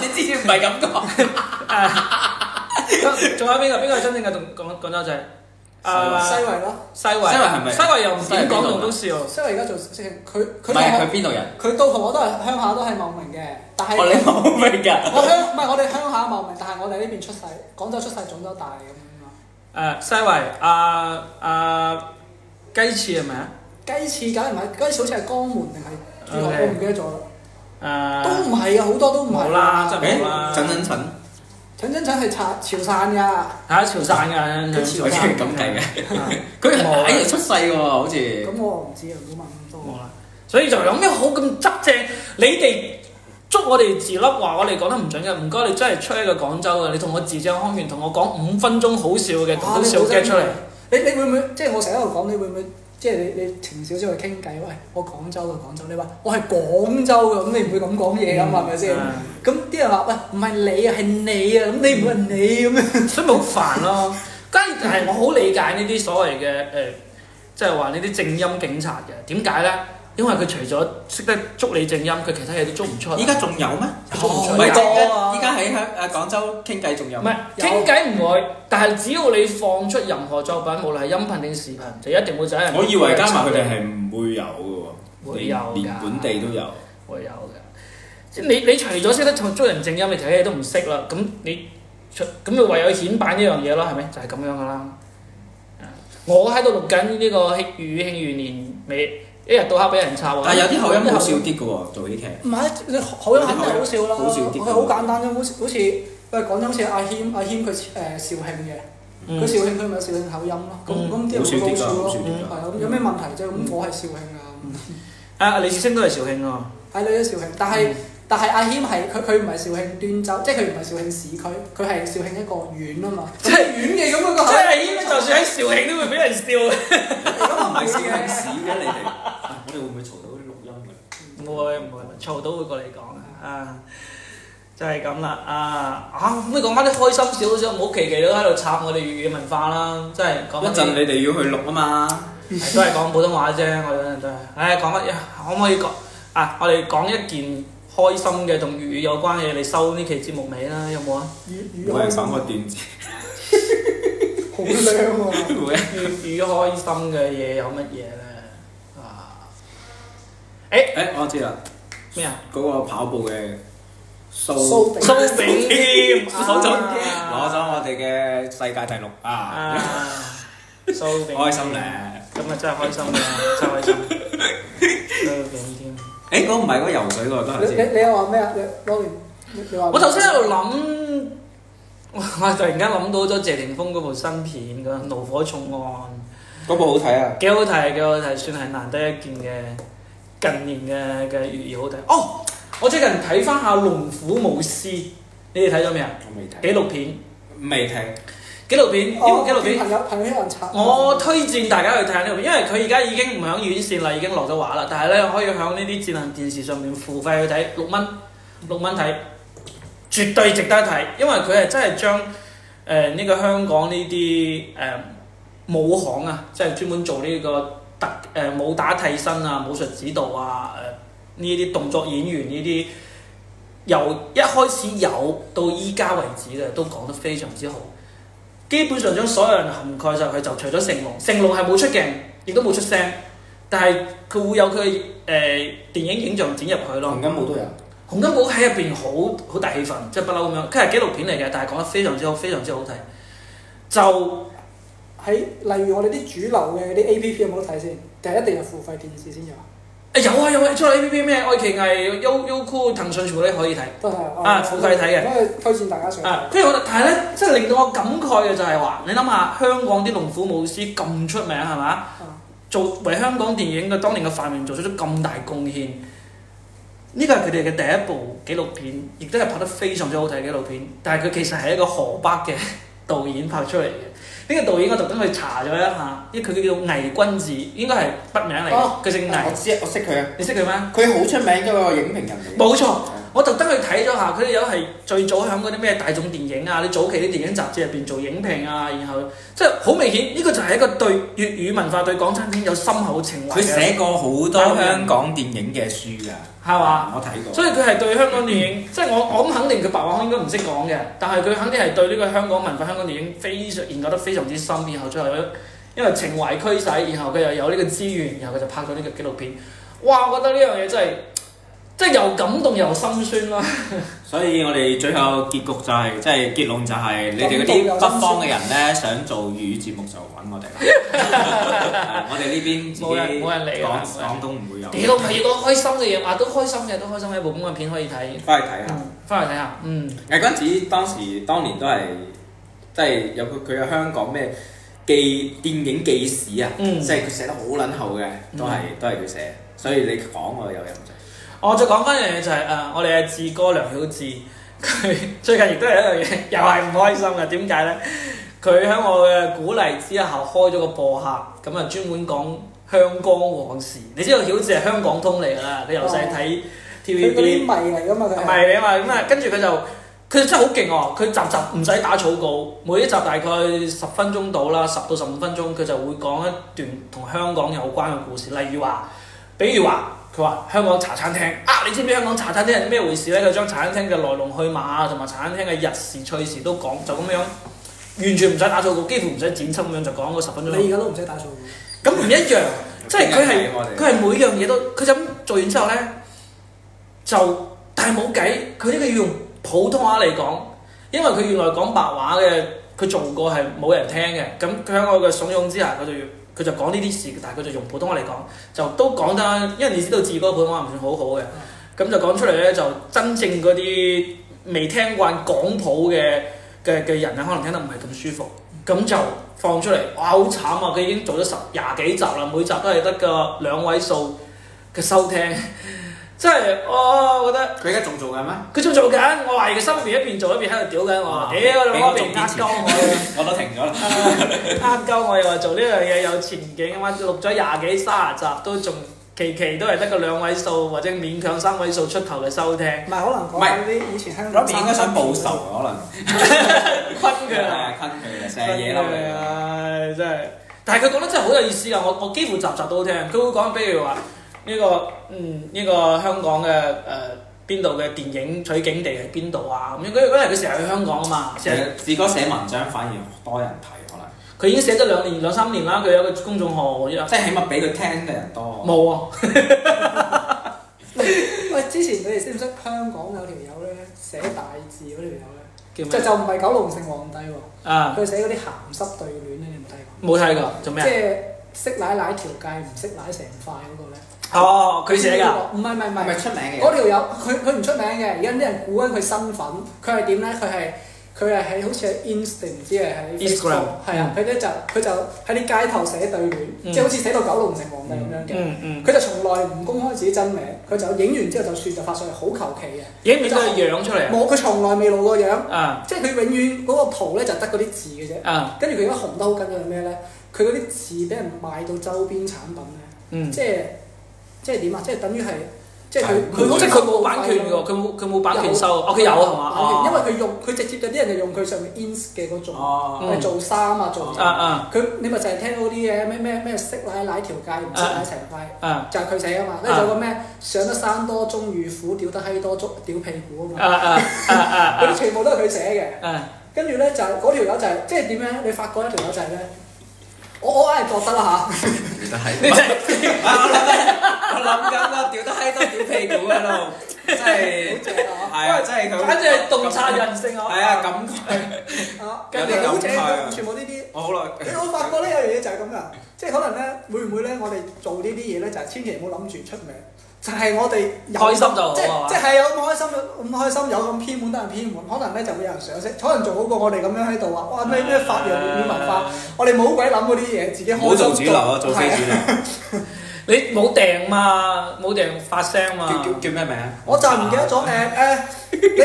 D: 你之前唔係咁講，
A: 仲仲有邊個？邊個係真正嘅棟廣廣州仔？
B: 西
A: 啊，
B: 維咯，
A: 西維，
C: 西維係咪
A: 西維又唔
C: 西維邊
A: 點講
C: 度
A: 棟
C: 啊
A: 篤笑？
B: 西維而家做即係佢
C: 唔
B: 佢
C: 係
B: 同
C: 佢
B: 我
C: 邊度人？
B: 佢到同我都係鄉下都係茂名嘅，但係
C: 哦，你冇明㗎？
B: 我鄉唔係我哋鄉下茂名，但係我哋呢邊出世，廣州出世，廣州大咁樣啊咯。
A: 誒，西維，阿阿啊雞翅係咪啊？
B: 雞翅梗係唔係？雞翅好似係江門定係珠海，
A: Okay
B: 我唔記得咗啦。都
A: 誒，
B: 唔係嘅，啊好多都 唔係。
A: 冇啦，真係冇啦
C: 誒，。陳陳陳，
B: 陳真陳係潮潮汕㗎，
A: 係潮汕㗎，
B: 佢潮
C: 好似
B: 汕
C: 咁計嘅。
A: 嘅。
C: 佢係
A: 冇啊
C: 喺度出世喎，好似。
B: 咁我唔知啊，唔好問咁多。
A: 冇啦。所以就有咩好咁執正？你哋捉我哋字粒話我哋講得唔準嘅，唔該你真係出一個廣州嘅，你同我字正腔圓，同我講五分鐘好笑嘅
B: 哇
A: 棟篤笑 get 出嚟。！
B: 你好真係你你會唔會即係我成日喺度講，你會唔會即係你你停少少去傾偈？喂，我廣州嘅廣州，你話我係廣州嘅，咁你唔會咁講嘢噶嘛？係咪先？
A: 嗯
B: 咁啲人話喂，唔係你啊，係你啊，咁你唔會係你咁樣。
A: 所以咪好煩咯。跟住係我好理解呢啲所謂嘅誒，即係話呢啲正音警察嘅。點解咧？因為佢除咗識得捉你正音，佢其他嘢都捉唔出。啊
C: 依家仲有咩？
A: 捉唔出
C: 哦唔係
A: 嚟
C: 即係
B: 有啊
C: 依家喺香誒廣州傾偈仲有
A: 唔
C: 咩
A: 係？傾偈唔會，但係只要你放出任何作品，無論係音頻定視頻，就一定會有人。
C: 我以為加埋佢哋係唔會有嘅喎，
A: 會有㗎
C: 連連本地都有。
A: 會有嘅。即係你你除咗識得捉人正音，你其他嘢都唔識啦。咁你出咁你唯有顯擺呢樣嘢咯，係咪？就係、咁樣噶啦。啊我喺度錄緊呢個慶與慶元年尾，一日到黑俾人插喎。
C: 但係有啲口音好笑啲嘅喎，做啲劇。
B: 唔係，你口音肯定好笑啦，
C: 好笑啲
B: 佢好簡單啫，好似好似喂講真，好似阿軒阿軒佢誒肇慶嘅。佢
A: 嗯
B: 肇慶佢咪有肇慶口音咯，咁
A: 嗯
B: 咁啲人會好笑
C: 好
B: 咯，
C: 笑啲㗎
B: 係啊，咁有咩問題啫？咁我係肇慶啊，
A: 啊，李志星都係肇慶喎。
B: 係你都肇慶，但係但係阿軒係佢佢唔係肇慶端州，即係佢唔係縣慶市區，佢係肇慶一個縣啊嘛，
A: 即
B: 即
A: 係
B: 係縣嘅咁樣個口
A: 係就算喺肇慶都會俾人笑嘅。
B: 咁
C: 唔
B: 唔
C: 係
B: 係
C: 笑
B: 嘅
C: 定屎嘅你哋，我哋會唔會嘈到啲錄音嘅？
A: 唔會唔會，嘈到會過嚟講啊。就係咁啦，啊啊！咁你講翻啲開心少少，唔好期期都喺度插我哋粵語嘅文化啦，真係講
C: 一
A: 返啲
C: 陣你哋要去錄啊嘛，
A: 係都係講普通話啫，我哋都係。唉，講乜嘢？可唔可以講啊？我哋講一件開心嘅同粵語有關嘅嘢，你收呢期節目尾啦，有冇啊？
B: 粵
C: 每
B: 語開
C: 人
B: 心
C: 講個段 子，
B: 好靚喎，
C: 每人
A: 粵語開心嘅嘢有乜嘢咧？啊！誒
C: 誒哎我知啦，
A: 咩啊？
C: 嗰個跑步嘅蘇
B: 蘇炳
A: 蘇炳添，
C: 攞咗
A: 啊
C: 攞咗我哋嘅世界第六啊，
A: 啊！蘇炳添
C: 開心！咧！
A: 咁啊，真係開心嘅，真係開心。蘇炳添。
C: 誒嗰個唔係嗰個游水嗰個都係
B: 你你
C: 先，
B: 你又話咩啊？你攞年你你話咩啊
A: 我頭先喺度諗，我我突然間諗到咗謝霆鋒嗰部新片嗰《怒火重案》。
C: 嗰部好睇啊！
A: 幾好睇，幾好睇，算係難得一見嘅近年嘅嘅粵語好睇。哦，我最近睇翻下《龍虎武師》，你哋睇咗未啊？
C: 我未睇，
A: 紀錄片，
C: 未睇，
A: 紀錄片，呢部
B: 哦
A: 紀錄片，
B: 朋友朋友有人刷
A: 我推薦大家去睇下呢部片，因為佢而家已經唔響院線啦，已經落咗畫啦。但係咧，可以響呢啲智能電視上面付費去睇，六蚊，六蚊睇，絕對值得睇，因為佢係真係將誒呢個香港呢啲誒武行啊，即係專門做呢個特誒、呃武打替身啊、武術指導啊、誒呢啲動作演員呢啲，由一開始有到依家為止嘅都講得非常之好。基本上將所有人涵蓋晒佢，就除咗成龍，成龍係冇出鏡，亦都冇出聲，但係佢會有佢誒、呃、電影影像剪入去咯。
C: 洪金寶都有，
A: 洪金寶喺入邊好好大氣氛，即係不嬲咁樣。佢係紀錄片嚟嘅，但係講得非常之好，非常之好睇。就
B: 喺例如我哋啲主流嘅啲 A P P 有冇得睇先？定係一定要付費電視先有？
A: 誒有啊有啊，出嚟 A P P 咩愛奇藝、優優酷、騰訊全部都可以睇。
B: 都係
A: 啊付費睇嘅
B: 咁啊推薦大家上。
A: 啊，跟住我，但係咧，即係令到我感慨嘅就係話，你諗下香港啲龍虎武師咁出名係嘛？
B: 啊
A: 做為香港電影嘅當年嘅發明做出咗咁大貢獻，呢個係佢哋嘅第一部紀錄片，亦都係拍得非常之好睇嘅紀錄片。但係佢其實係一個河北嘅 導演拍出嚟嘅。呢個導演我特登去查咗一下，因為佢叫做魏君子，應該係筆名嚟嘅，
C: 哦
A: 佢姓魏。
C: 知我識佢啊，
A: 你識佢咩？
C: 佢好出名嗰個影評人嚟
A: 冇錯，我特登去睇咗下，佢哋有係最早喺嗰啲咩大眾電影啊，你早期啲電影雜誌入邊做影評啊，然後即係好明顯，呢、個就係一個對粵語文化對港產片有深厚情懷嘅
D: 佢寫過好多香港電影嘅書㗎，
A: 係嘛？
D: 我睇過。
A: 所以佢係對香港電影，即係我我咁肯定佢白話應該唔識講嘅，但係佢肯定係對呢個香港文化、香港電影非常研究得非常之深，然後最後有因為情懷驅使，然後佢又有呢個資源，然後佢就拍咗呢個紀錄片。哇！我覺得呢樣嘢真係即係又感動又心酸啦。
D: 所以我哋最後結局就係、即係結論就係、你哋嗰啲北方嘅人咧，想做粵語節目就揾 我哋啦。我哋呢邊自己
A: 冇人冇人理㗎
D: 廣
A: 冇人
D: 廣東唔會有。
A: 屌，咪要講開心嘅嘢，啊都開心嘅，都開心嘅，一部咁嘅片可以睇，
D: 翻去睇下。
A: 翻嚟睇下，嗯。
D: 魏君子當時當年都係即係有佢佢有香港咩記電影記史啊，
A: 嗯
D: 即係佢寫得好撚厚嘅，都係、都係佢寫，所以你講我有印象。
A: 我哦再講翻一樣嘢就係、誒、我哋嘅志哥梁曉智，佢 最近亦都有一樣嘢， 又係唔開心嘅。點解咧？佢喺我嘅鼓勵之下開咗個播客，咁啊專門講香港往事。你知道曉智係香港通嚟㗎啦，你由細睇
B: 佢嗰啲
A: TVB
B: 迷嚟噶嘛，佢
A: 唔
B: 係
A: 係你嘛，咁啊跟住佢就佢真係好勁喎，佢集集唔使打草稿，每一集大概十分鐘到啦，十到十五分鐘，佢就會講一段同香港有關嘅故事，例如話。比如話佢話香港茶餐廳啊，你知唔知香港茶餐廳係咩回事咧？佢將茶餐廳嘅來龍去脈啊，同埋茶餐廳嘅日時趣事都講，就咁樣完全唔使打草稿，幾乎唔使剪輯咁樣就講嗰十分鐘。
B: 你而家都唔使打掃。
A: 咁唔一樣，即係佢
D: 有
A: 係
D: 啲人睇我哋
A: 佢係每樣嘢都佢就咁做完之後咧，就但係冇計，佢呢個要用普通話嚟講，因為佢原來講白話嘅，佢做過係冇人聽嘅。咁佢喺我嘅慫恿之下，佢就要佢就講呢啲事，但係佢就用普通話嚟講，就都講得，因為你知道志哥普通話唔算好好嘅，咁就講出嚟咧就真正嗰啲未聽慣港普嘅嘅嘅人咧，可能聽得唔係咁舒服。咁就放出嚟，哇！好慘啊！佢已經做咗十廿幾集啦，每集都係得個兩位數嘅收聽， 即係我覺得
D: 佢而家仲做緊咩？
A: 佢仲做緊，我懷疑佢心入邊一邊做一邊喺度屌緊我，
D: 哇
A: 屌你攞邊呃
D: 俾
A: 鳩我，
D: 我都停咗啦。
A: 呃鳩我又話做呢樣嘢有前景，咁啊錄咗廿幾卅集都仲期期都係得個兩位數或者勉強三位數出頭嘅收聽，
B: 唔係可能
D: 唔
B: 講
D: 係
B: 嗰啲以前香港
D: Robin 應該想報仇啊，
A: 坤
D: 可能
A: 佢啦。
D: 係坑佢啊，成日嘢嬲佢啊。
A: 唉，真係。但係佢講得真係好有意思㗎，啊我我幾乎集集都好聽。佢會講，比如話呢、個嗯呢、個香港嘅誒邊度嘅電影取景地係邊度啊咁樣。佢因為佢成日去香港啊嘛，
D: 其
A: 成日
D: 實志哥寫文章反而多人睇，可能
A: 佢已經寫咗兩年兩三年啦。佢有個公眾號，
D: 即係起碼比佢聽嘅人多。
A: 冇啊，
B: 喂，之前你哋識唔識香港有條友咧寫大字嗰條友咧？
A: 叫
B: 就
A: 咩
B: 就唔係九龍城皇帝喎，
A: 啊？
B: 佢寫嗰啲鹹濕對聯咧，你有冇睇過？
A: 冇睇過，做咩啊？
B: 即係識奶奶條界，唔識奶成塊嗰個咧。
A: 哦，佢寫㗎。？
B: 唔係唔係
D: 係
B: 唔
D: 咪
B: 係，
D: 出名嘅人？
B: 嗰條友佢佢唔出名嘅，而家啲人估緊佢身份，佢係點咧？佢係佢係喺好似喺 Insta 唔知係喺
A: Instagram
B: 係啊，佢咧就佢就喺啲街頭寫對聯，
A: 嗯
B: 即係好似寫到九龍城皇帝咁樣嘅。
A: 嗯嗯，
B: 佢就從來唔公開自己真名，佢就影完之後就算就發上去，好求其
A: 影唔影到個樣出嚟
B: 嘅。冇，佢從來未露過樣，
A: 啊？
B: 即係佢永遠嗰個圖咧就得嗰啲字嘅啫
A: 啊。啊
B: 跟住佢而家紅得好緊要係咩咧？佢嗰啲字俾人賣到周邊產品咧，
A: 嗯，
B: 即係即係點啊？即係等於係即係佢
A: 佢
B: 佢好
A: 即
B: 似
A: 係佢冇版權㗎喎，佢冇佢冇版權收，哦佢有係嘛？哦
B: 因為佢用佢直接有啲人就用佢上面 ins 嘅嗰種，
D: 哦，
B: 係做衫啊做。
A: 嗯啊啊
B: 佢你咪就係聽到啲嘢咩咩咩識奶奶條街唔識奶成塊，
A: 啊
B: 就係佢寫啊嘛。跟住有個咩上得山多中遇虎，屌得閪多足屌屁股啊
A: 啊
B: 嘛。
A: 啊啊啊
B: 嗰啲全部都係佢寫嘅。
A: 啊啊！
B: 跟住咧就係嗰條友就係即係點樣呢？你發覺一條友就係咧，我我係覺 得啦嚇，
D: 屌得閪
A: 你真係
D: 我諗緊啦，屌得閪多屌屁股喺度，真係
B: 好正啊！
D: 係啊，真係佢，
A: 簡直係洞察人性啊！
D: 係啊，感慨。
B: 啊，
D: 有啲
B: 係好
D: 感
B: 正
D: 慨啊
B: 啊，全部呢啲。
D: 我好耐
B: 你有冇發覺呢樣嘢就係咁噶？即係可能咧，會唔會咧？我哋做呢啲嘢咧，就係千祈唔好諗住出名，就係我哋有
A: 開心就好
B: 即
D: 啊
A: 係嘛
B: 係即係有咁開心，咁開心有咁偏門得人偏門，可能咧就會有人賞識，可能做好過我哋咁樣喺度話，哇咩咩發揚粵語文化，我哋冇鬼諗嗰啲嘢，自己開心
D: 唔好做主流啊，做非
B: 係
D: 主流。
A: 你冇訂嘛，冇訂發聲嘛。
D: 叫叫叫咩名啊？
B: 我就唔記 得咗誒誒，你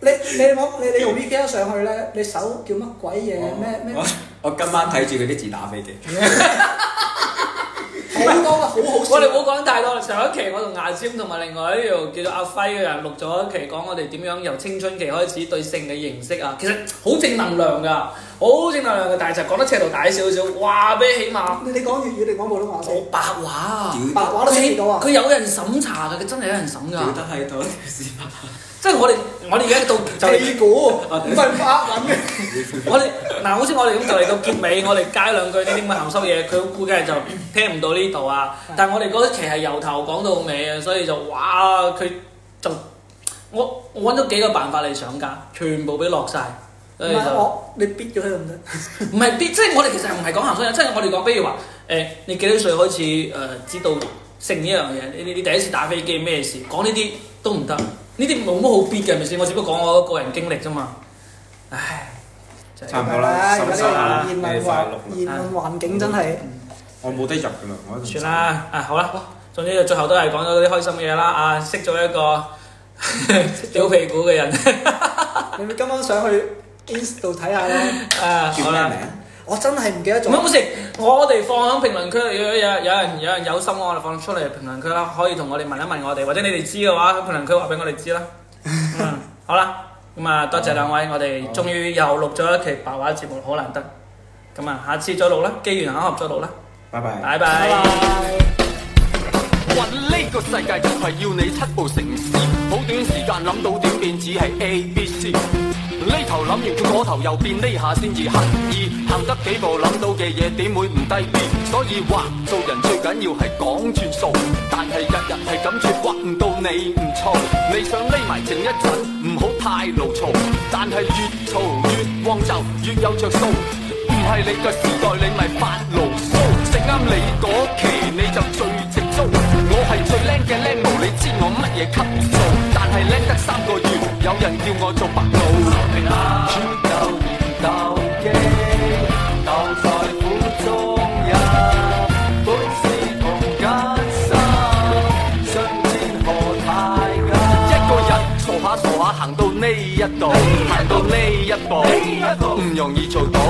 B: 你你我你你用 VPN 上去咧，你搜叫乜
A: 哦
B: 鬼嘢咩咩？
D: 我我今晚睇住佢啲字打飛機。
B: 係好多好好
A: 我哋
B: 笑。
A: 冇講太多啦。上一期我同牙籤同埋另外一條叫做阿輝嘅人錄咗一期，講我哋點樣由青春期開始對性嘅認識啊。其實好正能量㗎，好正能量嘅，但係就講得尺度大少少。話俾你起碼
B: 你你講粵語定講普通話
A: 我
B: 先？
A: 白話啊，
B: 白話都聽唔到啊！
A: 佢有人審查㗎，佢真係有人審
D: 屌
A: 㗎。
D: 得喺度，屎忽
A: 即係我哋我哋而家到就嚟
B: 屁股
A: 啊
B: 唔係白韻嘅，
A: 我哋嗱，好似我哋咁就嚟到結尾，我哋加兩句呢啲咁嘅鹹濕嘢，佢估計就聽唔到呢度啊。但係我哋嗰一期係由頭講到尾啊，所以就哇佢就我我揾咗幾個辦法嚟上架，全部俾落晒。所以
B: 唔係
A: 就
B: 我你逼咗佢得唔得？
A: 唔係必，即係我哋其實唔係講鹹濕嘢，即係我哋講，比如話誒、你幾多歲開始誒、知道性呢樣嘢？你你你第一次打飛機咩事？講呢啲都唔得，呢啲冇乜好必嘅，係咪先？我只不過講我個人經歷啫嘛。唉，就係
C: 差唔多啦
B: 而
C: 收
B: 家
C: 收
B: 呢
C: 啦
B: 個言
C: 你
B: 論
C: 快
B: 環
C: 錄啦
B: 言論環境真 係
C: 我冇得入噶啦，我一定
A: 算。啦，啊好啦，總之最後都係講咗啲開心嘅嘢啦，啊識咗一個 屌屁股嘅人，
B: 你咪今晚上去 Ins 度睇下啦。
A: 啊
D: 叫
A: 好
D: 咩
A: 啦，
D: 名？
B: 我真係唔記得
A: 唔
B: 咗
A: 好。冇事，我哋放喺評論區，如果有有人有人有心，我哋放出嚟評論區啦，可以同我哋問一問我哋，或者你哋知嘅話，喺評論區話俾我哋知 啦。嗯，好啦，咁啊多謝兩位，我哋終於又錄咗一期白話節目，好難得。咁啊，下次再錄啦，機緣巧合再錄啦，
C: 拜拜。
A: 拜拜。
E: 混呢個世界就係要你七步成詩，好短時間諗到點變，只係 A B C。呢頭諗完佢嗰頭又變，呢下先至刻意行得幾步諗到嘅嘢點會唔低 B？所以話做人最緊要係講轉數，但係日日係咁轉，屈唔到你唔燥。你想匿埋靜一陣，唔好太牢嘈，但係越嘈越旺就越有着數。唔係你個時代，你咪發牢騷。食啱你嗰期，你就最直租。我係最靚嘅靚模，你知我乜嘢級數？但係靚得三個月，有人叫我做白老。煮豆燃豆萁，豆在苦中也，本是同根生，相煎何太急。一個人傻下傻下行到呢一度，行到呢一步，唔容易做到。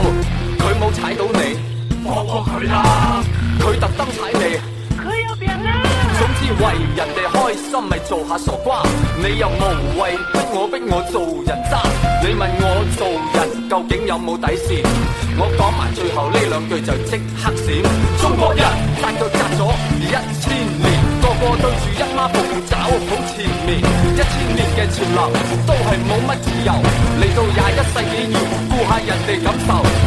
E: 佢冇踩到你，放過佢啦。佢特登踩你，
F: 佢有病啦！
E: 總之為人哋開心咪做下傻瓜。你又無謂逼我逼我做人渣。你問我做人究竟有冇底線？我講埋最後呢兩句就即刻閃。中國人大腳扎咗一千年，個個對住一孖步爪好前面。一千年嘅潮流都係冇乜自由，嚟到廿一世紀要顧下人哋感受。